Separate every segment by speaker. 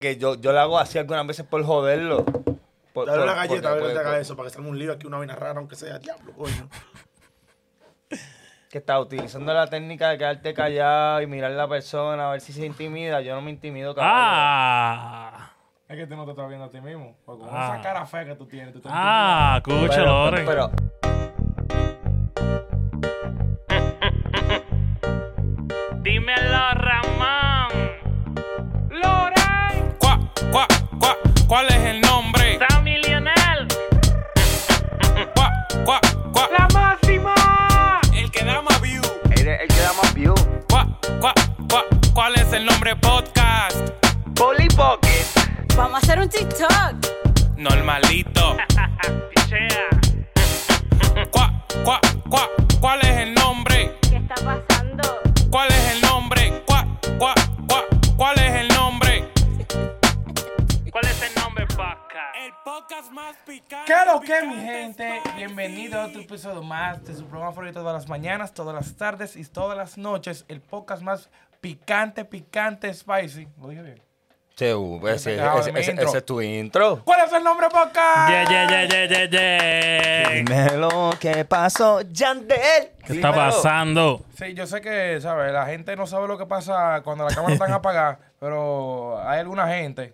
Speaker 1: que yo, yo la hago así algunas veces por joderlo. Por-
Speaker 2: Dale
Speaker 1: por-
Speaker 2: una galleta, a
Speaker 1: porque-
Speaker 2: ver que te haga
Speaker 1: porque-
Speaker 2: eso, para que salga un lío aquí, una vaina rara, aunque sea diablo, coño.
Speaker 1: que está utilizando la técnica de quedarte callado y mirar a la persona, a ver si se intimida. Yo no me intimido, cabrón.
Speaker 3: Ah,
Speaker 4: Es que tú no te estás viendo a ti mismo. Porque con
Speaker 3: Ah.
Speaker 4: esa cara fea que tú tienes, tú te
Speaker 3: ah, escucha,
Speaker 1: pero,
Speaker 3: Loren.
Speaker 1: pero-
Speaker 5: Dímelo, Ramón. Loren.
Speaker 6: Cuá, cuá, cuá, ¿cuál es el nombre?
Speaker 5: Sammy Lionel.
Speaker 6: Cuá, cuá, cuá,
Speaker 5: La máxima.
Speaker 6: el que da más view.
Speaker 7: Eres el que da más view.
Speaker 6: Cuá, cuá, cuá, ¿cuál es el nombre podcast?
Speaker 7: Polly Pocket.
Speaker 8: Vamos a hacer un TikTok.
Speaker 6: Normalito. Cuá, cuá, cuá, ¿cuál es el nombre?
Speaker 8: ¿Qué está pasando?
Speaker 6: ¿Cuál es el nombre? Cuá, cuá, cuá, ¿cuál es el nombre?
Speaker 5: ¿Cuál es el nombre, Paca?
Speaker 6: El podcast más picante.
Speaker 4: ¿Qué lo que, mi gente? Bienvenido a otro episodio más de su programa favorito todas las mañanas, todas las tardes y todas las noches. El podcast más picante, picante, spicy. ¿Lo dije bien?
Speaker 1: Che, uh, pues,
Speaker 4: te
Speaker 1: ese,
Speaker 4: acabo de
Speaker 1: ese-
Speaker 4: mi
Speaker 1: ese-
Speaker 4: intro.
Speaker 1: ese es tu intro.
Speaker 4: ¿Cuál es el nombre, podcast?
Speaker 3: Yeah, yeah, yeah, yeah, yeah, yeah.
Speaker 1: Dímelo, ¿qué pasó, Yandel?
Speaker 3: ¿Qué está pasando?
Speaker 4: Sí, yo sé que, ¿sabes? La gente no sabe lo que pasa cuando las cámaras están apagadas, pero hay alguna gente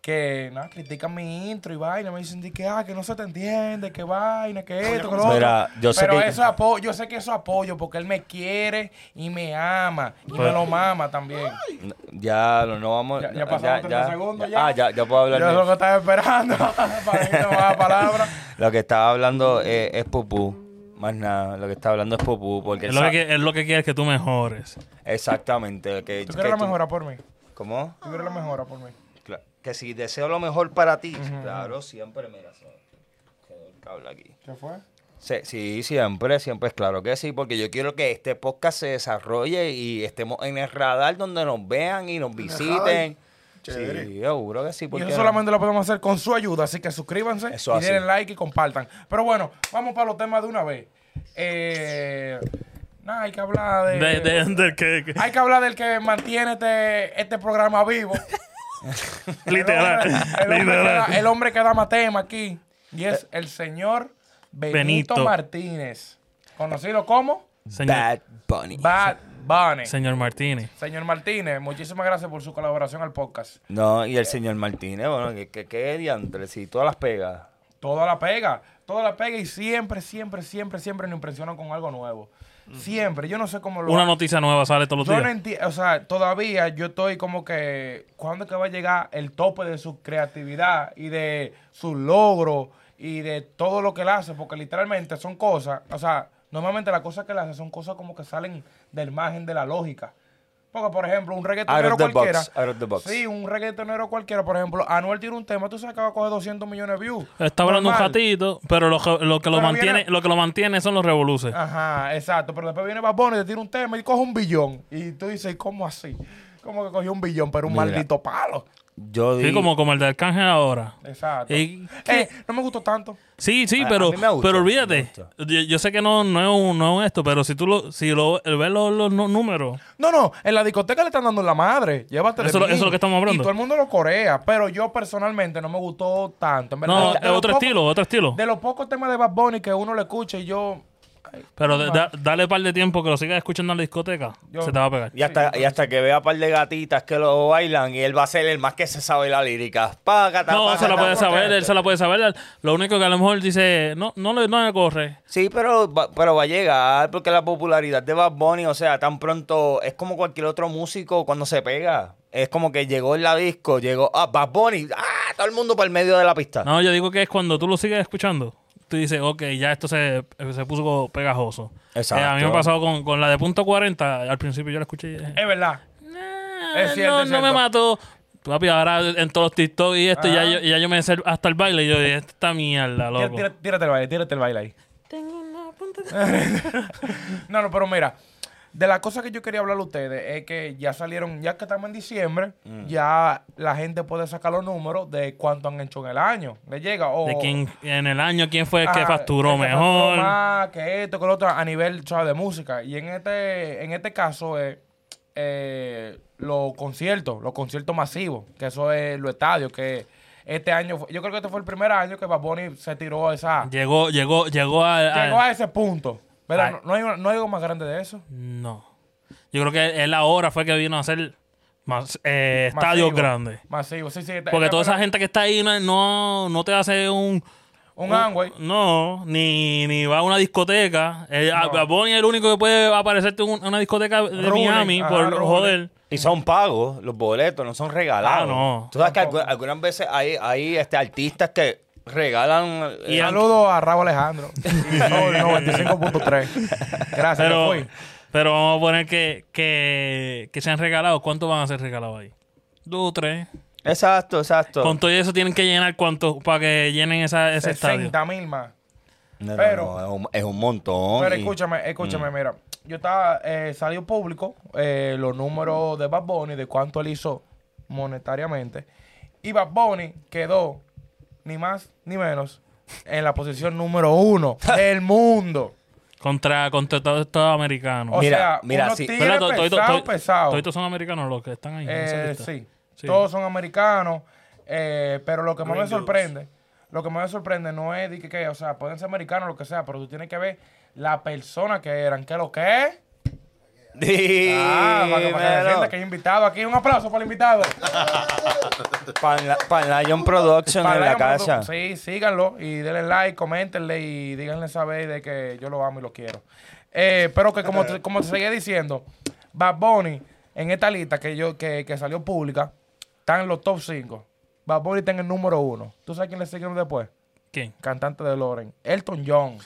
Speaker 4: que nada, critican mi intro y vaina, me dicen de que, ah, que no se te entiende, que vaina, que esto, que lo
Speaker 1: Mira,
Speaker 4: otro.
Speaker 1: yo sé
Speaker 4: pero
Speaker 1: que-
Speaker 4: eso es apoyo, yo sé que eso es apoyo porque él me quiere y me ama y
Speaker 1: Pues-
Speaker 4: me lo mama también.
Speaker 1: Ya, no, no vamos.
Speaker 4: Ya- ya pasaron 30 segundos ya.
Speaker 1: Ah, ya, ya puedo
Speaker 4: Yo
Speaker 1: hablar.
Speaker 4: es
Speaker 1: bien.
Speaker 4: lo que estaba esperando para que no más palabra.
Speaker 1: Lo que estaba hablando eh, es, es pupú. Más nada, lo que está hablando es pupú. Porque
Speaker 3: Es
Speaker 1: él
Speaker 3: lo, que,
Speaker 1: sa-
Speaker 3: qui- es lo que quieres que tú mejores.
Speaker 1: Exactamente. Que,
Speaker 4: ¿Tú
Speaker 1: que
Speaker 4: quieres la mejora por mí?
Speaker 1: ¿Cómo?
Speaker 4: ¿Tú quieres la mejora por mí?
Speaker 1: Cla- Que si deseo lo mejor para ti. Claro, siempre, mira. se- Quedó el cable aquí.
Speaker 4: ¿Qué fue?
Speaker 1: Sí, sí, siempre, siempre, es claro que sí, porque yo quiero que este podcast se desarrolle y estemos en el radar donde nos vean y nos visiten.
Speaker 2: Chévere.
Speaker 1: Sí, seguro que sí.
Speaker 4: Y
Speaker 1: porque
Speaker 4: eso solamente lo podemos hacer con su ayuda, así que suscríbanse
Speaker 1: Eso
Speaker 4: y
Speaker 1: así.
Speaker 4: denle like y compartan. Pero bueno, vamos para los temas de una vez. Eh, nada, hay que hablar de,
Speaker 3: De, de, de que, que-
Speaker 4: hay que hablar del que mantiene este, este programa vivo.
Speaker 3: literal,
Speaker 4: El hombre, que da, el
Speaker 3: literal.
Speaker 4: hombre que da más tema aquí. Y es el señor Benito,
Speaker 3: Benito.
Speaker 4: Martínez. Conocido como
Speaker 3: Señor,
Speaker 1: Bad Bunny.
Speaker 4: Bad Bunny.
Speaker 3: señor Martínez.
Speaker 4: Señor Martínez, muchísimas gracias por su colaboración al podcast.
Speaker 1: No, y el señor Martínez, bueno, que, que, que diantre, si todas las pegas.
Speaker 4: Toda la pega, toda la pega y siempre, siempre, siempre, siempre nos impresionan con algo nuevo. Siempre, yo no sé cómo lo...
Speaker 3: Una
Speaker 4: ha-
Speaker 3: noticia nueva sale todos los
Speaker 4: yo no
Speaker 3: días.
Speaker 4: entiendo, o sea, todavía yo estoy como que, ¿cuándo que va a llegar el tope de su creatividad y de su logro y de todo lo que él hace? Porque literalmente son cosas, o sea, normalmente las cosas que él hace son cosas como que salen del margen de la lógica. Porque, por ejemplo, un reggaetonero
Speaker 1: Out of the
Speaker 4: cualquiera.
Speaker 1: box, out of the box.
Speaker 4: Sí, un reggaetonero cualquiera. Por ejemplo, Anuel tiene un tema, tú sabes que va a coger 200 millones de views.
Speaker 3: Está hablando un
Speaker 4: Normal.
Speaker 3: ratito, pero lo, que- lo que lo
Speaker 4: Pero
Speaker 3: mantiene,
Speaker 4: viene-
Speaker 3: lo que lo mantiene son los revoluces.
Speaker 4: Ajá, exacto. Pero después viene Bad Bunny, te tira un tema y coge un billón. Y tú dices, ¿cómo así? ¿Cómo que cogió un billón, pero un
Speaker 1: Mira.
Speaker 4: maldito palo?
Speaker 1: Yo
Speaker 3: Sí,
Speaker 1: digo.
Speaker 3: como, como el de Arcángel ahora.
Speaker 4: Exacto.
Speaker 3: Y-
Speaker 4: Eh, no me gustó tanto.
Speaker 3: Sí, sí,
Speaker 1: A-
Speaker 3: pero,
Speaker 1: a mí me gusta,
Speaker 3: pero
Speaker 1: me
Speaker 3: olvídate.
Speaker 1: gusta.
Speaker 3: Yo, yo sé que no, no, es un- no es esto, pero si tú lo, si lo, el ver los, los nu- números,
Speaker 4: No, no, en la discoteca le están dando en la madre. Llévatelo.
Speaker 3: Eso lo- eso es lo que estamos hablando.
Speaker 4: Y todo el mundo lo corea, pero yo personalmente no me gustó tanto. En verdad,
Speaker 3: no,
Speaker 4: De
Speaker 3: es
Speaker 4: los
Speaker 3: otro
Speaker 4: pocos-
Speaker 3: estilo, otro estilo.
Speaker 4: De los pocos temas de Bad Bunny que uno lo escucha y yo.
Speaker 3: Pero de- da- dale par de tiempo que lo sigas escuchando en la discoteca,
Speaker 4: Yo-
Speaker 3: se te va a pegar.
Speaker 1: Y hasta, y hasta que vea a par de gatitas que lo bailan y él va a ser el más que se sabe la lírica. Págata,
Speaker 3: No, se la
Speaker 1: págata,
Speaker 3: puede saber,
Speaker 1: págata.
Speaker 3: él se la puede saber. Lo único que a lo mejor dice, no, no le, no le corre.
Speaker 1: Sí, pero, va- pero va a llegar porque la popularidad de Bad Bunny, o sea, tan pronto es como cualquier otro músico cuando se pega. Es como que llegó en la disco, llegó, ah, Bad Bunny, ah, todo el mundo por el medio de la pista.
Speaker 3: No, yo digo que es cuando tú lo sigues escuchando. Tú dices, ok, ya esto se, se puso pegajoso.
Speaker 1: Exacto.
Speaker 3: Eh, a mí me ha pasado con, con la de punto 40. Al principio yo la escuché. y dije,
Speaker 4: Es verdad.
Speaker 3: "Nah,
Speaker 4: es cierto,
Speaker 3: Eh, no,
Speaker 4: es
Speaker 3: no me
Speaker 4: cierto". Ah.
Speaker 3: mató. Papi, ahora en todos los TikTok y esto, ya
Speaker 4: Ajá.
Speaker 3: yo, ya yo me sé hasta el baile. Y yo, esta mierda,
Speaker 4: Tira-
Speaker 3: loco.
Speaker 4: tira- tírate el baile, tírate el baile ahí. no, no, pero mira, de las cosas que yo quería hablar a ustedes es que ya salieron, ya que estamos en diciembre,
Speaker 3: Mm.
Speaker 4: ya la gente puede sacar los números de cuánto han hecho en el año. Le llega o
Speaker 3: De quién en el año, quién fue el que
Speaker 4: Ajá,
Speaker 3: facturó
Speaker 4: Ah, el que
Speaker 3: mejor.
Speaker 4: facturó más, que esto, que lo otro, a nivel ¿sabes? de música. Y en este, en este caso, eh, eh, los conciertos, los conciertos masivos, que eso es los estadios, que este año, fue- yo creo que este fue el primer año que Bad Bunny se tiró a esa...
Speaker 3: Llegó, llegó, llegó al. al-
Speaker 4: Llegó a ese punto. ¿Verdad?
Speaker 3: Ah. Ay.
Speaker 4: No, no hay, no hay algo más grande de eso.
Speaker 3: No. Yo creo que él ahora fue que vino a hacer más, eh, estadios
Speaker 4: Masivo.
Speaker 3: grandes.
Speaker 4: Masivo, sí, sí. te-
Speaker 3: Porque
Speaker 4: eh,
Speaker 3: toda esa
Speaker 4: bueno,
Speaker 3: gente que está ahí no- no, no te hace un.
Speaker 4: Un Angway.
Speaker 3: Uh, No, ni, ni va a una discoteca. El, a-
Speaker 4: No.
Speaker 3: a Bonnie es el único que puede aparecerte en un- en una discoteca de
Speaker 4: Ruling,
Speaker 3: Miami
Speaker 4: ajá,
Speaker 3: por
Speaker 4: ruling.
Speaker 3: joder.
Speaker 1: Y son pagos los boletos, no son regalados.
Speaker 3: Ah, no.
Speaker 1: Tú sabes que algu- algunas veces hay, hay este, artistas que regalan.
Speaker 3: Y
Speaker 1: eh,
Speaker 3: a-
Speaker 4: Saludo a Rabo Alejandro. Sol 95.3. Gracias, me
Speaker 3: Pero,
Speaker 4: fui.
Speaker 3: pero vamos a poner que, que, que se han regalado. ¿Cuántos van a ser regalados ahí? Dos, tres.
Speaker 1: Exacto, exacto.
Speaker 3: Con todo eso tienen que llenar cuántos para que llenen esa, ese estadio.
Speaker 4: 60 mil más.
Speaker 1: No, no,
Speaker 4: pero-
Speaker 1: no, es, un, es un montón.
Speaker 4: Pero
Speaker 1: y-
Speaker 4: escúchame, escúchame, mira. Yo estaba, eh, salió público eh, los números de Bad Bunny, de cuánto él hizo monetariamente. Y Bad Bunny quedó, ni más ni menos, en la posición número uno del mundo.
Speaker 3: Contra, contra todos estos americanos.
Speaker 4: O
Speaker 1: Mira,
Speaker 4: sea,
Speaker 1: mira,
Speaker 4: unos
Speaker 1: sí.
Speaker 4: tigres
Speaker 3: ¿Verdad? To- to- to-
Speaker 4: pesados,
Speaker 3: to-
Speaker 4: pesados.
Speaker 3: Todos son americanos los que están ahí. en esa
Speaker 4: Eh,
Speaker 3: lista.
Speaker 4: sí.
Speaker 3: Sí.
Speaker 4: todos son americanos, eh, pero lo que más
Speaker 2: Green
Speaker 4: me sorprende, lo que más me sorprende no es de que, que, o sea, pueden ser americanos lo que sea, pero tú tienes que ver la persona que eran, que lo que es. Ah, para que, para que se
Speaker 1: Dímelo.
Speaker 4: sienta que hay invitado aquí, un aplauso para el invitado.
Speaker 1: Pan, Pan Lion Production
Speaker 4: Para
Speaker 1: en la
Speaker 4: Lion Product-
Speaker 1: casa.
Speaker 4: Sí, síganlo y denle like, coméntenle y díganle saber de que yo lo amo y lo quiero. Eh, pero que como te, como te seguía diciendo, Bad Bunny en esta lista que yo que, que salió pública, está en los top 5. Bad Bunny está en el número 1. ¿Tú sabes quién le sigue después?
Speaker 3: ¿Quién?
Speaker 4: Cantante de Loren, Elton John.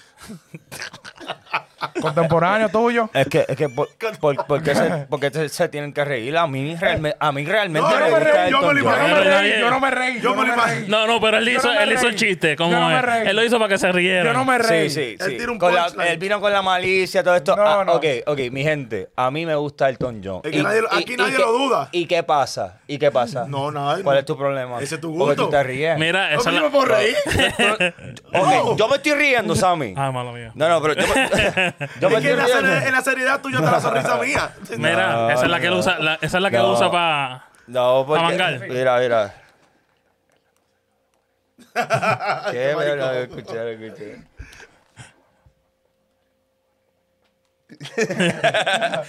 Speaker 4: Contemporáneo tuyo.
Speaker 1: Es que, es que por, por- ¿por qué se, por qué se- se tienen que reír? A mí, realme- a mí realmente
Speaker 2: No,
Speaker 1: me
Speaker 2: no me
Speaker 1: gusta
Speaker 2: reí, yo
Speaker 1: Elton
Speaker 2: me lo
Speaker 1: John.
Speaker 4: Yo no me
Speaker 3: Pero
Speaker 4: reí,
Speaker 3: nadie-
Speaker 4: yo no me reí.
Speaker 2: Yo
Speaker 4: Yo no
Speaker 2: me
Speaker 4: me
Speaker 2: lo
Speaker 4: reí.
Speaker 3: No, no, pero él
Speaker 4: Yo
Speaker 3: hizo,
Speaker 4: no me
Speaker 3: él hizo el
Speaker 4: reí.
Speaker 3: chiste. ¿cómo
Speaker 4: Yo no me
Speaker 3: es?
Speaker 4: reí.
Speaker 3: Él lo hizo para que se rieran.
Speaker 4: Yo no me reí.
Speaker 1: Sí, sí,
Speaker 2: Él
Speaker 1: sí.
Speaker 2: tira un
Speaker 1: Con la-
Speaker 2: punchline.
Speaker 1: él vino con la malicia, todo esto.
Speaker 4: No,
Speaker 1: Ah,
Speaker 4: no.
Speaker 1: Ok, ok, mi gente, a mí me gusta Elton John.
Speaker 2: Es que nadie lo- aquí nadie
Speaker 1: qué-
Speaker 2: lo duda.
Speaker 1: ¿Y qué pasa? ¿Y qué pasa?
Speaker 2: No, nada.
Speaker 1: ¿Cuál es tu problema?
Speaker 2: Ese es tu
Speaker 1: Porque
Speaker 2: gusto.
Speaker 1: tú te ríes.
Speaker 3: Mira,
Speaker 2: ¿Cómo
Speaker 3: esa
Speaker 2: yo
Speaker 3: es la-
Speaker 2: me puedo reír?
Speaker 1: Ok, yo me estoy riendo, Sammy.
Speaker 3: Ah, mala mía.
Speaker 1: No, no, pero yo me, yo me
Speaker 2: Es
Speaker 1: estoy
Speaker 2: que en la,
Speaker 1: riendo.
Speaker 2: serie- en la seriedad tuya está la sonrisa mía.
Speaker 3: Mira,
Speaker 1: No,
Speaker 3: esa es la que él
Speaker 1: no.
Speaker 3: usa, la- esa es la que él
Speaker 1: No.
Speaker 3: usa para
Speaker 1: No, porque.
Speaker 3: Avangal.
Speaker 1: Mira, mira.
Speaker 2: Qué
Speaker 1: Qué bueno
Speaker 2: maricón.
Speaker 1: escuchar, escuchar.
Speaker 4: Pero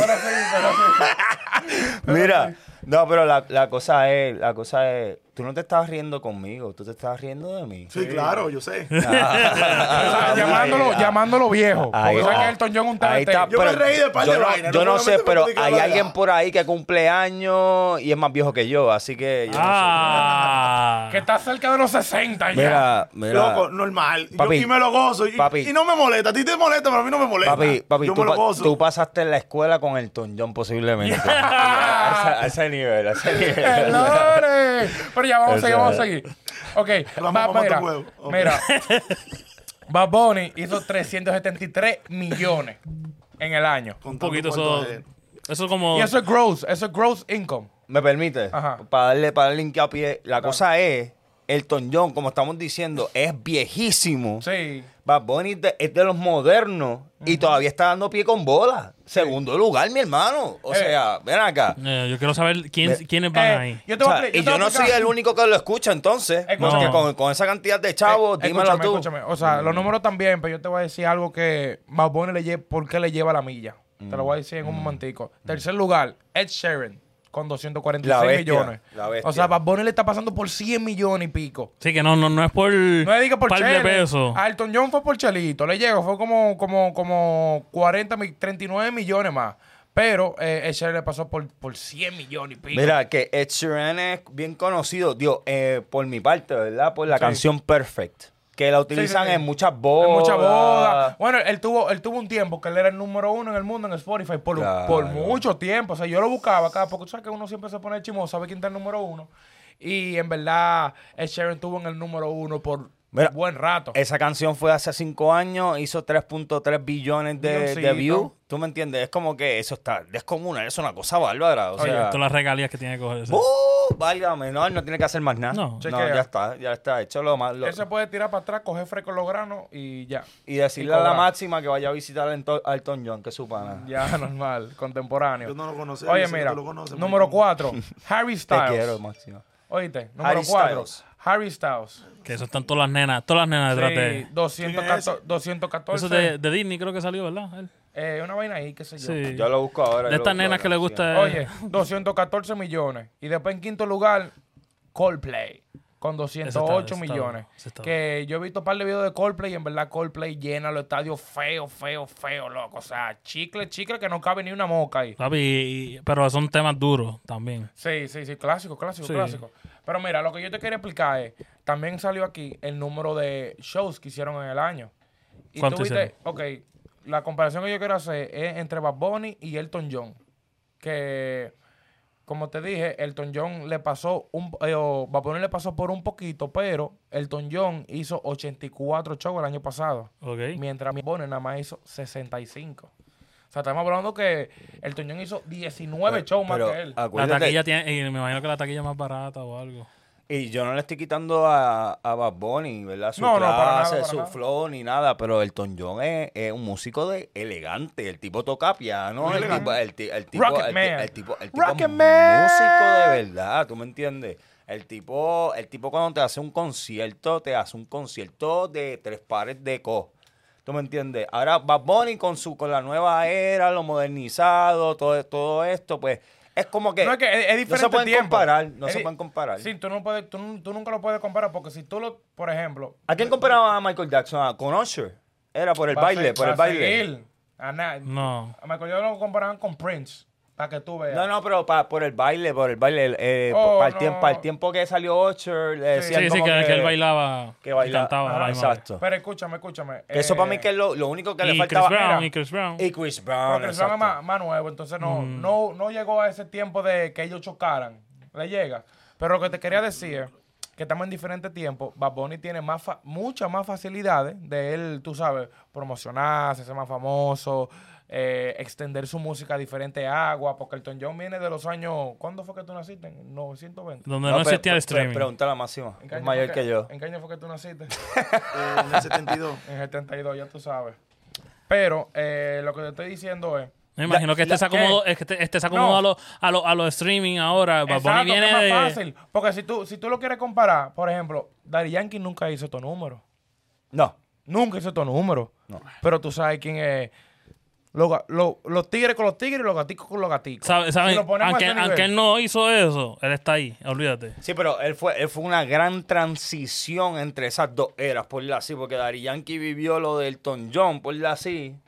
Speaker 4: sí, pero sí.
Speaker 1: Mira, no, pero la, la cosa es, la cosa es, tú no te estabas riendo conmigo, tú te estabas riendo de mí.
Speaker 2: Sí, claro, yo sé.
Speaker 4: O sea, Ah,
Speaker 1: Ah,
Speaker 4: llamándolo, llamándolo viejo.
Speaker 1: Ahí
Speaker 4: porque sabes
Speaker 1: está.
Speaker 4: que Elton John es un
Speaker 1: Ahí
Speaker 4: tarantero.
Speaker 1: está,
Speaker 2: Yo me
Speaker 1: pero
Speaker 2: reí de par de
Speaker 1: yo no-
Speaker 2: vainas,
Speaker 1: Yo
Speaker 2: no
Speaker 1: no sé,
Speaker 2: solamente
Speaker 1: pero
Speaker 2: porque
Speaker 1: hay
Speaker 2: la-
Speaker 1: alguien por ahí que cumple años y es más viejo que yo, así que yo no sé.
Speaker 3: Ah.
Speaker 4: Que está cerca de los 60 ya.
Speaker 1: Mira, mira.
Speaker 2: Loco, normal.
Speaker 1: Papi.
Speaker 2: yo aquí me lo gozo. Y,
Speaker 1: Papi.
Speaker 2: y no me molesta. A ti te molesta, pero a mí no me molesta.
Speaker 1: Papi, papi,
Speaker 2: yo
Speaker 1: tú,
Speaker 2: me lo
Speaker 1: pa-
Speaker 2: gozo.
Speaker 1: tú pasaste en la escuela con el John posiblemente. a, ese, a ese nivel, a ese nivel.
Speaker 4: Lore. Pero ya vamos a seguir, vamos a seguir. Ok,
Speaker 2: Vamos,
Speaker 4: va-
Speaker 2: vamos a
Speaker 4: mira,
Speaker 2: tu huevo. Ok.
Speaker 4: mira. Bad Bunny hizo 373 millones en el año.
Speaker 2: Con
Speaker 3: Un
Speaker 2: tanto
Speaker 3: poquito
Speaker 2: cuarto
Speaker 3: eso.
Speaker 2: de-
Speaker 3: Eso como.
Speaker 4: Y eso es gross, eso es gross income.
Speaker 1: ¿Me permite?
Speaker 4: Ajá.
Speaker 1: Para darle, para darle hincapié. La cosa es, Elton John, como estamos diciendo, es viejísimo.
Speaker 4: Sí.
Speaker 1: Bad Bunny es de, es de los modernos y todavía está dando pie con bola. Segundo lugar, mi hermano. O
Speaker 4: Eh.
Speaker 1: sea, ven acá.
Speaker 3: Eh, yo quiero saber quién,
Speaker 1: Ve-
Speaker 3: quiénes van
Speaker 4: Eh,
Speaker 3: ahí.
Speaker 4: yo te
Speaker 1: O
Speaker 4: voy a
Speaker 1: sea,
Speaker 4: expli-
Speaker 1: y
Speaker 4: te voy
Speaker 1: yo
Speaker 4: a
Speaker 1: no soy
Speaker 4: explicar-
Speaker 1: el único que lo escucha, entonces.
Speaker 4: Escúchame.
Speaker 1: Porque
Speaker 3: No.
Speaker 1: con, con esa cantidad de chavos,
Speaker 4: Eh,
Speaker 1: dímelo
Speaker 4: escúchame,
Speaker 1: tú. Mm.
Speaker 4: escúchame. O sea, los números también, pero yo te voy a decir algo que Bad Bunny le lleva, ¿por qué le lleva la milla? Te lo voy a decir en un momentico. Tercer lugar, Ed Sheeran con 246
Speaker 1: Mm. La bestia,
Speaker 4: millones.
Speaker 1: la bestia.
Speaker 4: O sea, Bad Bunny le está pasando por 100 millones y pico.
Speaker 3: Sí, que no, no, no es por.
Speaker 4: No le digas por
Speaker 3: par de
Speaker 4: Chele.
Speaker 3: pesos.
Speaker 4: A Elton John fue por Chelito. Le llegó, fue como, como, como 40, mi- 39 millones más. Pero eh, Ed Sheeran le pasó por, por 100 millones y pico.
Speaker 1: Mira, que Ed Sheeran es bien conocido, Dios, eh, por mi parte, ¿verdad? Por la
Speaker 4: Sí.
Speaker 1: canción Perfect. Que la utilizan
Speaker 4: sí.
Speaker 1: en muchas bodas.
Speaker 4: En muchas bodas. Bueno, él tuvo, él tuvo un tiempo que él era el número uno en el mundo en Spotify por,
Speaker 1: Claro.
Speaker 4: por mucho tiempo. O sea, yo lo buscaba cada porque tú sabes que uno siempre se pone chimoso, sabe quién está el número uno. Y en verdad, Ed Sheeran estuvo en el número uno por
Speaker 1: Mira,
Speaker 4: buen rato.
Speaker 1: Esa canción fue hace cinco años, hizo 3.3 billones de, de
Speaker 4: Milloncito.
Speaker 1: views. ¿Tú me entiendes? Es como que eso está descomunal, es una cosa bárbara. O
Speaker 4: Oye,
Speaker 1: sea,
Speaker 3: Todas las regalías que tiene que coger. ese.
Speaker 1: ¡Uh! Válgame, no, él no tiene que hacer más nada.
Speaker 3: No.
Speaker 4: Chequea.
Speaker 1: ya está, ya está hecho lo más. lo-
Speaker 4: Él se puede tirar para atrás, coger fresco los granos y ya.
Speaker 1: Y decirle
Speaker 4: y
Speaker 1: a la
Speaker 4: cobrar.
Speaker 1: máxima que vaya a visitar a Elton- a Elton John, que es su pana.
Speaker 4: Ya, normal, contemporáneo.
Speaker 2: Yo no lo conocía,
Speaker 4: Oye,
Speaker 2: yo sé que
Speaker 4: mira,
Speaker 2: tú lo conoces,
Speaker 4: número
Speaker 2: maricón.
Speaker 4: 4, Harry Styles.
Speaker 1: Te quiero, máxima.
Speaker 4: Oíste, número
Speaker 1: Harry
Speaker 4: 4,
Speaker 1: Styles.
Speaker 4: Harry Styles.
Speaker 3: Que eso están todas las nenas, todas las nenas detrás de
Speaker 4: Sí,
Speaker 3: él.
Speaker 4: 214.
Speaker 3: Eso
Speaker 4: 214
Speaker 3: de, de Disney creo que salió, ¿verdad? Él.
Speaker 4: eh, una vaina ahí, qué sé yo.
Speaker 3: Sí.
Speaker 1: Yo lo busco ahora. yo lo
Speaker 3: de estas
Speaker 1: busco
Speaker 3: nenas
Speaker 1: ahora,
Speaker 3: que le
Speaker 1: máxima.
Speaker 3: gusta.
Speaker 4: Oye, 214 millones. Y después en quinto lugar, Coldplay. Con 208
Speaker 3: Ese está- ese está
Speaker 4: millones.
Speaker 3: bueno, ese está
Speaker 4: que yo he visto un par de videos de Coldplay y en verdad Coldplay llena los estadios feo, feo, feo, loco. O sea, chicle, chicle que no cabe ni una mosca ahí.
Speaker 3: Papi, y- y- pero son temas duros también.
Speaker 4: Sí, sí, sí, clásico, clásico,
Speaker 3: Sí.
Speaker 4: clásico. Pero mira, lo que yo te quería explicar es, también salió aquí el número de shows que hicieron en el año. Y
Speaker 3: ¿Cuánto
Speaker 4: tú viste,
Speaker 3: hicieron?
Speaker 4: ok, la comparación que yo quiero hacer es entre Bad Bunny y Elton John. Que, como te dije, Elton John le pasó, un, eh, o Bad Bunny le pasó por un poquito, pero Elton John hizo 84 shows el año pasado.
Speaker 3: Ok.
Speaker 4: Mientras mi Bonner nada más hizo 65. O sea, estamos hablando que el Toñón hizo 19 shows más
Speaker 1: Pero
Speaker 4: que él.
Speaker 3: La
Speaker 1: acuérdate-
Speaker 3: taquilla tiene, y me imagino que la taquilla es más barata o algo.
Speaker 1: Y yo no le estoy quitando a, a Bad Bunny, ¿verdad? Su
Speaker 4: No, no,
Speaker 1: clase,
Speaker 4: para nada, para
Speaker 1: su
Speaker 4: nada.
Speaker 1: flow, ni nada. Pero Elton John es, es un músico de elegante. El tipo toca piano.
Speaker 2: Muy
Speaker 1: El
Speaker 2: elegante.
Speaker 1: tipo, el, ti- el tipo,
Speaker 4: Rocket
Speaker 1: el, ti-
Speaker 4: Man.
Speaker 1: el tipo, el tipo
Speaker 4: Rocket
Speaker 1: es
Speaker 4: Man.
Speaker 1: músico de verdad. ¿Tú me entiendes? El tipo, el tipo cuando te hace un concierto, te hace un concierto de tres pares de co. ¿Tú me entiendes? Ahora Bad Bunny con, su, con la nueva era, lo modernizado, todo, todo esto, pues... Es como que...
Speaker 4: no es que es, es
Speaker 1: no
Speaker 4: diferente
Speaker 1: se pueden
Speaker 4: tiempo.
Speaker 1: comparar. No
Speaker 4: Es
Speaker 1: se
Speaker 4: di-
Speaker 1: pueden comparar.
Speaker 4: Sí, tú, no puedes, tú, nun- tú nunca lo puedes comparar porque si tú lo, por ejemplo...
Speaker 1: ¿A quién comparaban a Michael Jackson? ¿A- ¿Con Usher? Era por el
Speaker 4: va a
Speaker 1: baile,
Speaker 4: se-
Speaker 1: por
Speaker 4: va
Speaker 1: el
Speaker 4: a
Speaker 1: baile.
Speaker 4: seguir. A na-
Speaker 3: No.
Speaker 4: A Michael Jordan lo comparaban con Prince, para que tú veas.
Speaker 1: No, no, pero pa- por el baile, por el baile. eh,
Speaker 4: Oh,
Speaker 1: para, el
Speaker 4: no.
Speaker 1: tiempo, para el tiempo que salió Usher, le
Speaker 4: Sí,
Speaker 3: Sí,
Speaker 1: decían
Speaker 3: sí,
Speaker 1: como
Speaker 3: que, que él bailaba,
Speaker 1: que bailaba.
Speaker 3: y cantaba. a la
Speaker 1: Ajá,
Speaker 3: misma vez.
Speaker 1: Ah, exacto.
Speaker 4: Pero escúchame, escúchame.
Speaker 1: Que eso para
Speaker 4: eh,
Speaker 1: mí que es lo, lo único que le
Speaker 3: Y
Speaker 1: faltaba.
Speaker 3: Chris Brown,
Speaker 1: era-
Speaker 3: y Chris Brown.
Speaker 1: Y Chris Brown,
Speaker 4: Porque
Speaker 1: Ah,
Speaker 4: el programa
Speaker 1: exacto. Mm.
Speaker 4: es más, más nuevo, entonces no, no, no llegó a ese tiempo de que ellos chocaran. Le llega. Pero lo que te quería decir es que estamos en diferentes tiempos. Bad Bunny tiene más fa- muchas más facilidades de él, tú sabes, promocionarse, ser más famoso, eh, extender su música a diferentes aguas. Porque Elton John viene de los años. ¿Cuándo fue que tú naciste? En 920.
Speaker 3: Donde
Speaker 1: No,
Speaker 3: no,
Speaker 1: pero-
Speaker 3: existía el
Speaker 1: pero-
Speaker 3: streaming.
Speaker 1: Pregúntale a Máxima,
Speaker 4: ¿En qué
Speaker 1: es
Speaker 4: año
Speaker 1: mayor
Speaker 4: fue
Speaker 1: que yo.
Speaker 4: ¿En qué año fue que tú naciste?
Speaker 2: Eh, en el 72.
Speaker 4: en 72, ya tú sabes. Pero eh, lo que te estoy diciendo es.
Speaker 3: Me imagino que este
Speaker 1: la-
Speaker 3: se acomodó, es que este, este se acomodó
Speaker 4: No.
Speaker 3: a los a los a los streaming ahora. Bad Bunny
Speaker 4: Exacto, que
Speaker 3: viene
Speaker 4: es más
Speaker 3: de.
Speaker 4: fácil. Porque si tú, si tú lo quieres comparar, por ejemplo, Daddy Yankee nunca hizo estos números.
Speaker 1: No.
Speaker 4: Nunca hizo estos números. Pero tú sabes quién es. Los, ga- lo- los tigres con los tigres y los gaticos con los gaticos.
Speaker 3: sabe- sabe,
Speaker 4: Si lo ponemos a
Speaker 3: aunque,
Speaker 4: ese nivel,
Speaker 3: aunque él no hizo eso, él está ahí, olvídate.
Speaker 1: Sí, pero él fue, él fue una gran transición entre esas dos eras, por la así, porque Dari Yankee vivió lo del Elton John, por la así,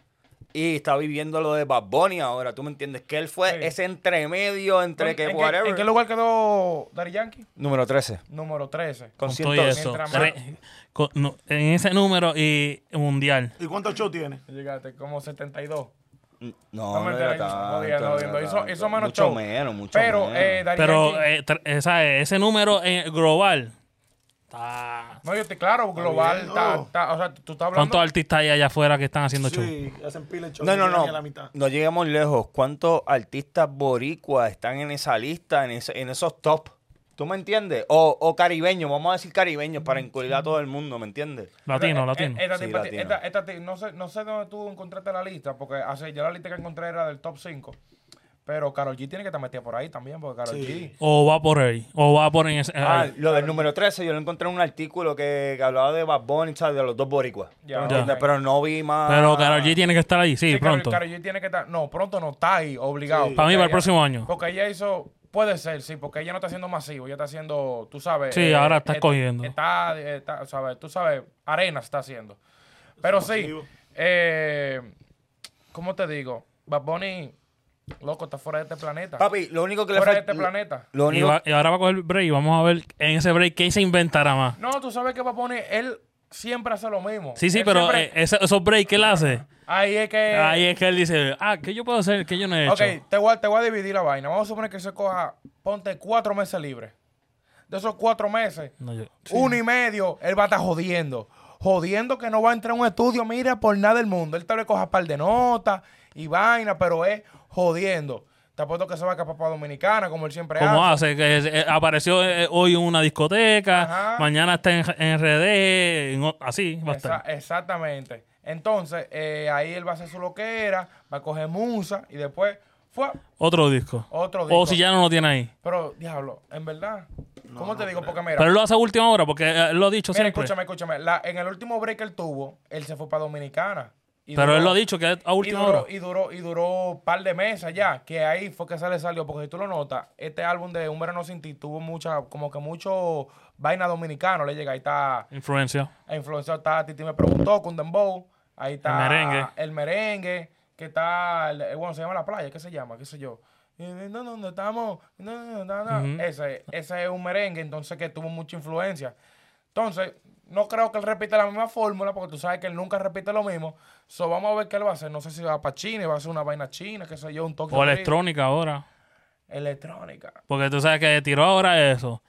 Speaker 1: y está viviendo lo de Bad Bunny ahora, ¿tú me entiendes? Que él fue
Speaker 4: Sí.
Speaker 1: ese entremedio entre
Speaker 4: ¿en
Speaker 1: que
Speaker 4: qué-
Speaker 1: whatever.
Speaker 4: ¿En qué lugar quedó Daddy Yankee?
Speaker 1: Número 13.
Speaker 4: Número 13.
Speaker 1: Con
Speaker 3: Con todo
Speaker 1: 112.
Speaker 3: eso.
Speaker 4: Mientras
Speaker 3: Re- con- no, en ese número y mundial.
Speaker 2: ¿Y cuántos shows tiene?
Speaker 4: Llegaste como 72.
Speaker 1: No,
Speaker 4: No,
Speaker 1: no,
Speaker 4: me
Speaker 1: era
Speaker 4: enteré,
Speaker 1: tanto,
Speaker 4: jodiendo,
Speaker 1: no era
Speaker 4: jodiendo. Hizo,
Speaker 1: tanto.
Speaker 4: hizo menos
Speaker 1: Mucho
Speaker 4: show.
Speaker 1: menos, mucho
Speaker 4: Pero,
Speaker 1: menos.
Speaker 4: eh, Daddy
Speaker 3: Pero
Speaker 4: Yankee-
Speaker 3: eh, tra- esa- ese número eh, global. está-
Speaker 4: no, yo te claro, global.
Speaker 2: bien,
Speaker 4: está-
Speaker 2: no.
Speaker 4: está- o sea, tú estás hablando.
Speaker 3: ¿Cuántos artistas hay allá afuera que están haciendo show?
Speaker 2: Sí, hacen pila de shows.
Speaker 1: No,
Speaker 2: y
Speaker 1: no,
Speaker 2: llegan a la
Speaker 1: no.
Speaker 2: mitad.
Speaker 1: No lleguemos lejos. ¿Cuántos artistas boricuas están en esa lista, en, ese- en esos top? ¿Tú me entiendes? O, o caribeños, vamos a decir caribeños para incluir a todo el mundo, ¿me entiendes?
Speaker 3: Latino,
Speaker 4: Eh,
Speaker 3: latino.
Speaker 4: eh, Esta,
Speaker 1: Sí,
Speaker 4: tipa-
Speaker 1: latino.
Speaker 4: esta- esta ti- no, sé, no sé dónde tú encontraste la lista, porque hace, yo la lista que encontré era del top 5. Pero Karol G tiene que estar metida por ahí también, porque Karol
Speaker 2: Sí.
Speaker 3: O va por ahí. O va por en ese.
Speaker 1: Ah,
Speaker 3: ahí.
Speaker 1: lo del número 13, yo lo encontré en un artículo que, que hablaba de Bad Bunny, ¿sabes? De los dos boricuas.
Speaker 4: Ya,
Speaker 1: ¿Me entiendes?
Speaker 4: ok.
Speaker 1: Pero no vi más.
Speaker 3: Pero Karol G tiene que estar ahí, sí,
Speaker 4: G. ah. Sí, Karol-
Speaker 3: pronto.
Speaker 4: Karol G tiene que estar. No, pronto no está ahí, obligado.
Speaker 2: Sí.
Speaker 3: Para mí, para
Speaker 4: Porque
Speaker 3: el
Speaker 4: ella-
Speaker 3: próximo año.
Speaker 4: Porque ella hizo. Puede ser, sí, porque ella no está haciendo masivo, ella está haciendo, tú sabes. eh,
Speaker 3: Sí, ahora está escogiendo.
Speaker 4: Está, eh, está, sabes, tú sabes, arena está haciendo. Pero sí,
Speaker 2: masivo.
Speaker 4: eh, ¿cómo te digo? Bad Bunny, loco, está fuera de este planeta.
Speaker 1: Papi, lo único que le
Speaker 4: fuera de
Speaker 1: falta.
Speaker 4: este planeta.
Speaker 1: Lo
Speaker 3: Y,
Speaker 1: único.
Speaker 3: va- y ahora va a coger break y vamos a ver en ese break qué se inventará más.
Speaker 4: No, tú sabes que Paponi, él siempre hace lo mismo.
Speaker 3: Sí, sí,
Speaker 4: Él
Speaker 3: pero
Speaker 4: siempre- Eh.
Speaker 3: eh, ese- esos breaks que él hace,
Speaker 4: ahí es que.
Speaker 3: ahí es que él dice, ah, ¿qué yo puedo hacer? ¿Qué yo no he hecho?
Speaker 4: ok, te voy, a, te voy a dividir la vaina. Vamos a suponer que se coja, ponte cuatro meses libre. de esos cuatro meses,
Speaker 3: No, yo- sí.
Speaker 4: uno y medio, él va a estar jodiendo. Jodiendo que no va a entrar a un estudio, mira, por nada del mundo. Él tal vez coja par de notas y vaina, pero es jodiendo. Te apuesto que se va a escapar para Dominicana, como él siempre
Speaker 3: Como
Speaker 4: hace.
Speaker 3: hace, que eh, apareció eh, hoy en una discoteca,
Speaker 4: Ajá.
Speaker 3: mañana está en, en RD, en o- así va a estar.
Speaker 4: Esa- exactamente. Entonces, eh, ahí él va a hacer su loquera, va a coger musa y después fue.
Speaker 3: Otro disco.
Speaker 4: Otro
Speaker 3: O
Speaker 4: disco.
Speaker 3: si ya no lo tiene ahí.
Speaker 4: Pero, diablo, en verdad, ¿cómo te digo? Porque mira,
Speaker 3: Pero él lo hace a última hora porque eh, él lo ha dicho
Speaker 4: mira,
Speaker 3: siempre.
Speaker 4: escúchame, escúchame. La- en el último break que él tuvo, él se fue para Dominicana. Y
Speaker 3: Pero él
Speaker 4: duró-
Speaker 3: lo ha dicho que es a última
Speaker 4: y duró,
Speaker 3: hora.
Speaker 4: Y duró, y duró un par de meses ya, que ahí fue que se le salió, porque si tú lo notas, este álbum de Un Verano Sin Ti tuvo mucha, como que mucho vaina dominicano, le llega, ahí está
Speaker 3: Influencia.
Speaker 4: ha influenciado está Titi me preguntó con Dembow. Ahí está
Speaker 3: El merengue.
Speaker 4: El merengue, que está, el- eh, bueno, se llama La Playa, ¿qué se llama? ¿Qué sé yo? Y, eh, No, no, no estamos. No, no, no, no. Ese, ese es un merengue, entonces que tuvo mucha influencia. Entonces, no creo que él repita la misma fórmula, porque tú sabes que él nunca repite lo mismo. So, vamos a ver qué él va a hacer. No sé si va para China, va a hacer una vaina china, qué sé yo, un toque.
Speaker 3: O
Speaker 4: de-
Speaker 3: electrónica ahora.
Speaker 4: Electrónica.
Speaker 3: Porque tú sabes que tiró ahora eso.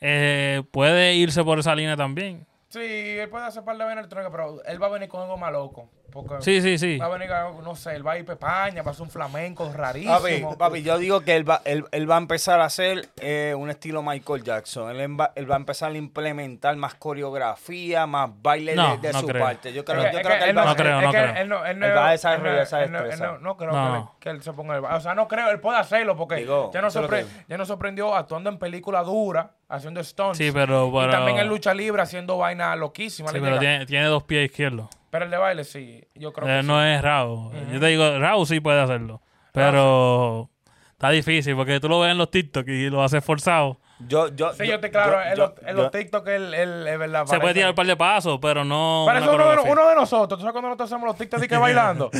Speaker 3: Eh, puede irse por esa línea también.
Speaker 4: Sí, él puede hacer par de vainas electrónicas, pero él va a venir con algo más loco. Porque
Speaker 3: Sí, sí, sí.
Speaker 4: Va a venir, algo, no sé, él va a ir pepaña, va a hacer un flamenco
Speaker 1: Papi,
Speaker 4: rarísimo.
Speaker 1: papi, yo digo que él va, él, él va a empezar a hacer eh, un estilo Michael Jackson. Él, en va, él va a empezar a implementar más coreografía, más baile de-
Speaker 3: No,
Speaker 1: de,
Speaker 3: no
Speaker 1: su
Speaker 3: creo.
Speaker 1: parte. Yo
Speaker 4: Es
Speaker 1: creo,
Speaker 4: que-
Speaker 1: yo
Speaker 4: es
Speaker 1: creo
Speaker 4: que
Speaker 1: que él
Speaker 4: él
Speaker 1: va
Speaker 3: no
Speaker 1: a
Speaker 4: es
Speaker 3: creo.
Speaker 4: que él no- él no-
Speaker 1: Él va a desarrollar
Speaker 4: él no-
Speaker 1: esa
Speaker 4: él no- él
Speaker 1: destreza.
Speaker 4: no- No creo
Speaker 3: No.
Speaker 4: que, él, que él se ponga el ba- O sea, no creo, él puede hacerlo porque
Speaker 1: Digo,
Speaker 4: ya, nos
Speaker 1: eso es lo que
Speaker 4: sorpre-
Speaker 1: digo.
Speaker 4: ya nos sorprendió actuando en película dura, haciendo stunts.
Speaker 3: Sí, pero-
Speaker 4: Y
Speaker 3: pero-
Speaker 4: también en lucha libre haciendo vaina loquísima.
Speaker 3: Sí,
Speaker 4: le
Speaker 3: pero
Speaker 4: llega.
Speaker 3: tiene, tiene dos pies izquierdos.
Speaker 4: Pero el de baile sí, yo creo
Speaker 3: Eh,
Speaker 4: que
Speaker 3: no es Raúl. Yo te digo, Raúl sí puede hacerlo. Pero está difícil porque tú lo ves en los TikTok y lo haces forzado.
Speaker 1: Yo, yo,
Speaker 4: sí. Sí,
Speaker 1: yo-
Speaker 4: yo te claro,
Speaker 1: yo-
Speaker 4: en los-
Speaker 1: yo-
Speaker 4: en los
Speaker 1: yo-
Speaker 4: TikTok él, él es verdad.
Speaker 3: Se puede
Speaker 4: parece-
Speaker 3: tirar un par de pasos, pero no.
Speaker 4: Parece
Speaker 3: una
Speaker 4: uno de,
Speaker 3: coreografía.
Speaker 4: uno de nosotros. ¿Tú sabes cuando nosotros hacemos los TikToks y que bailando?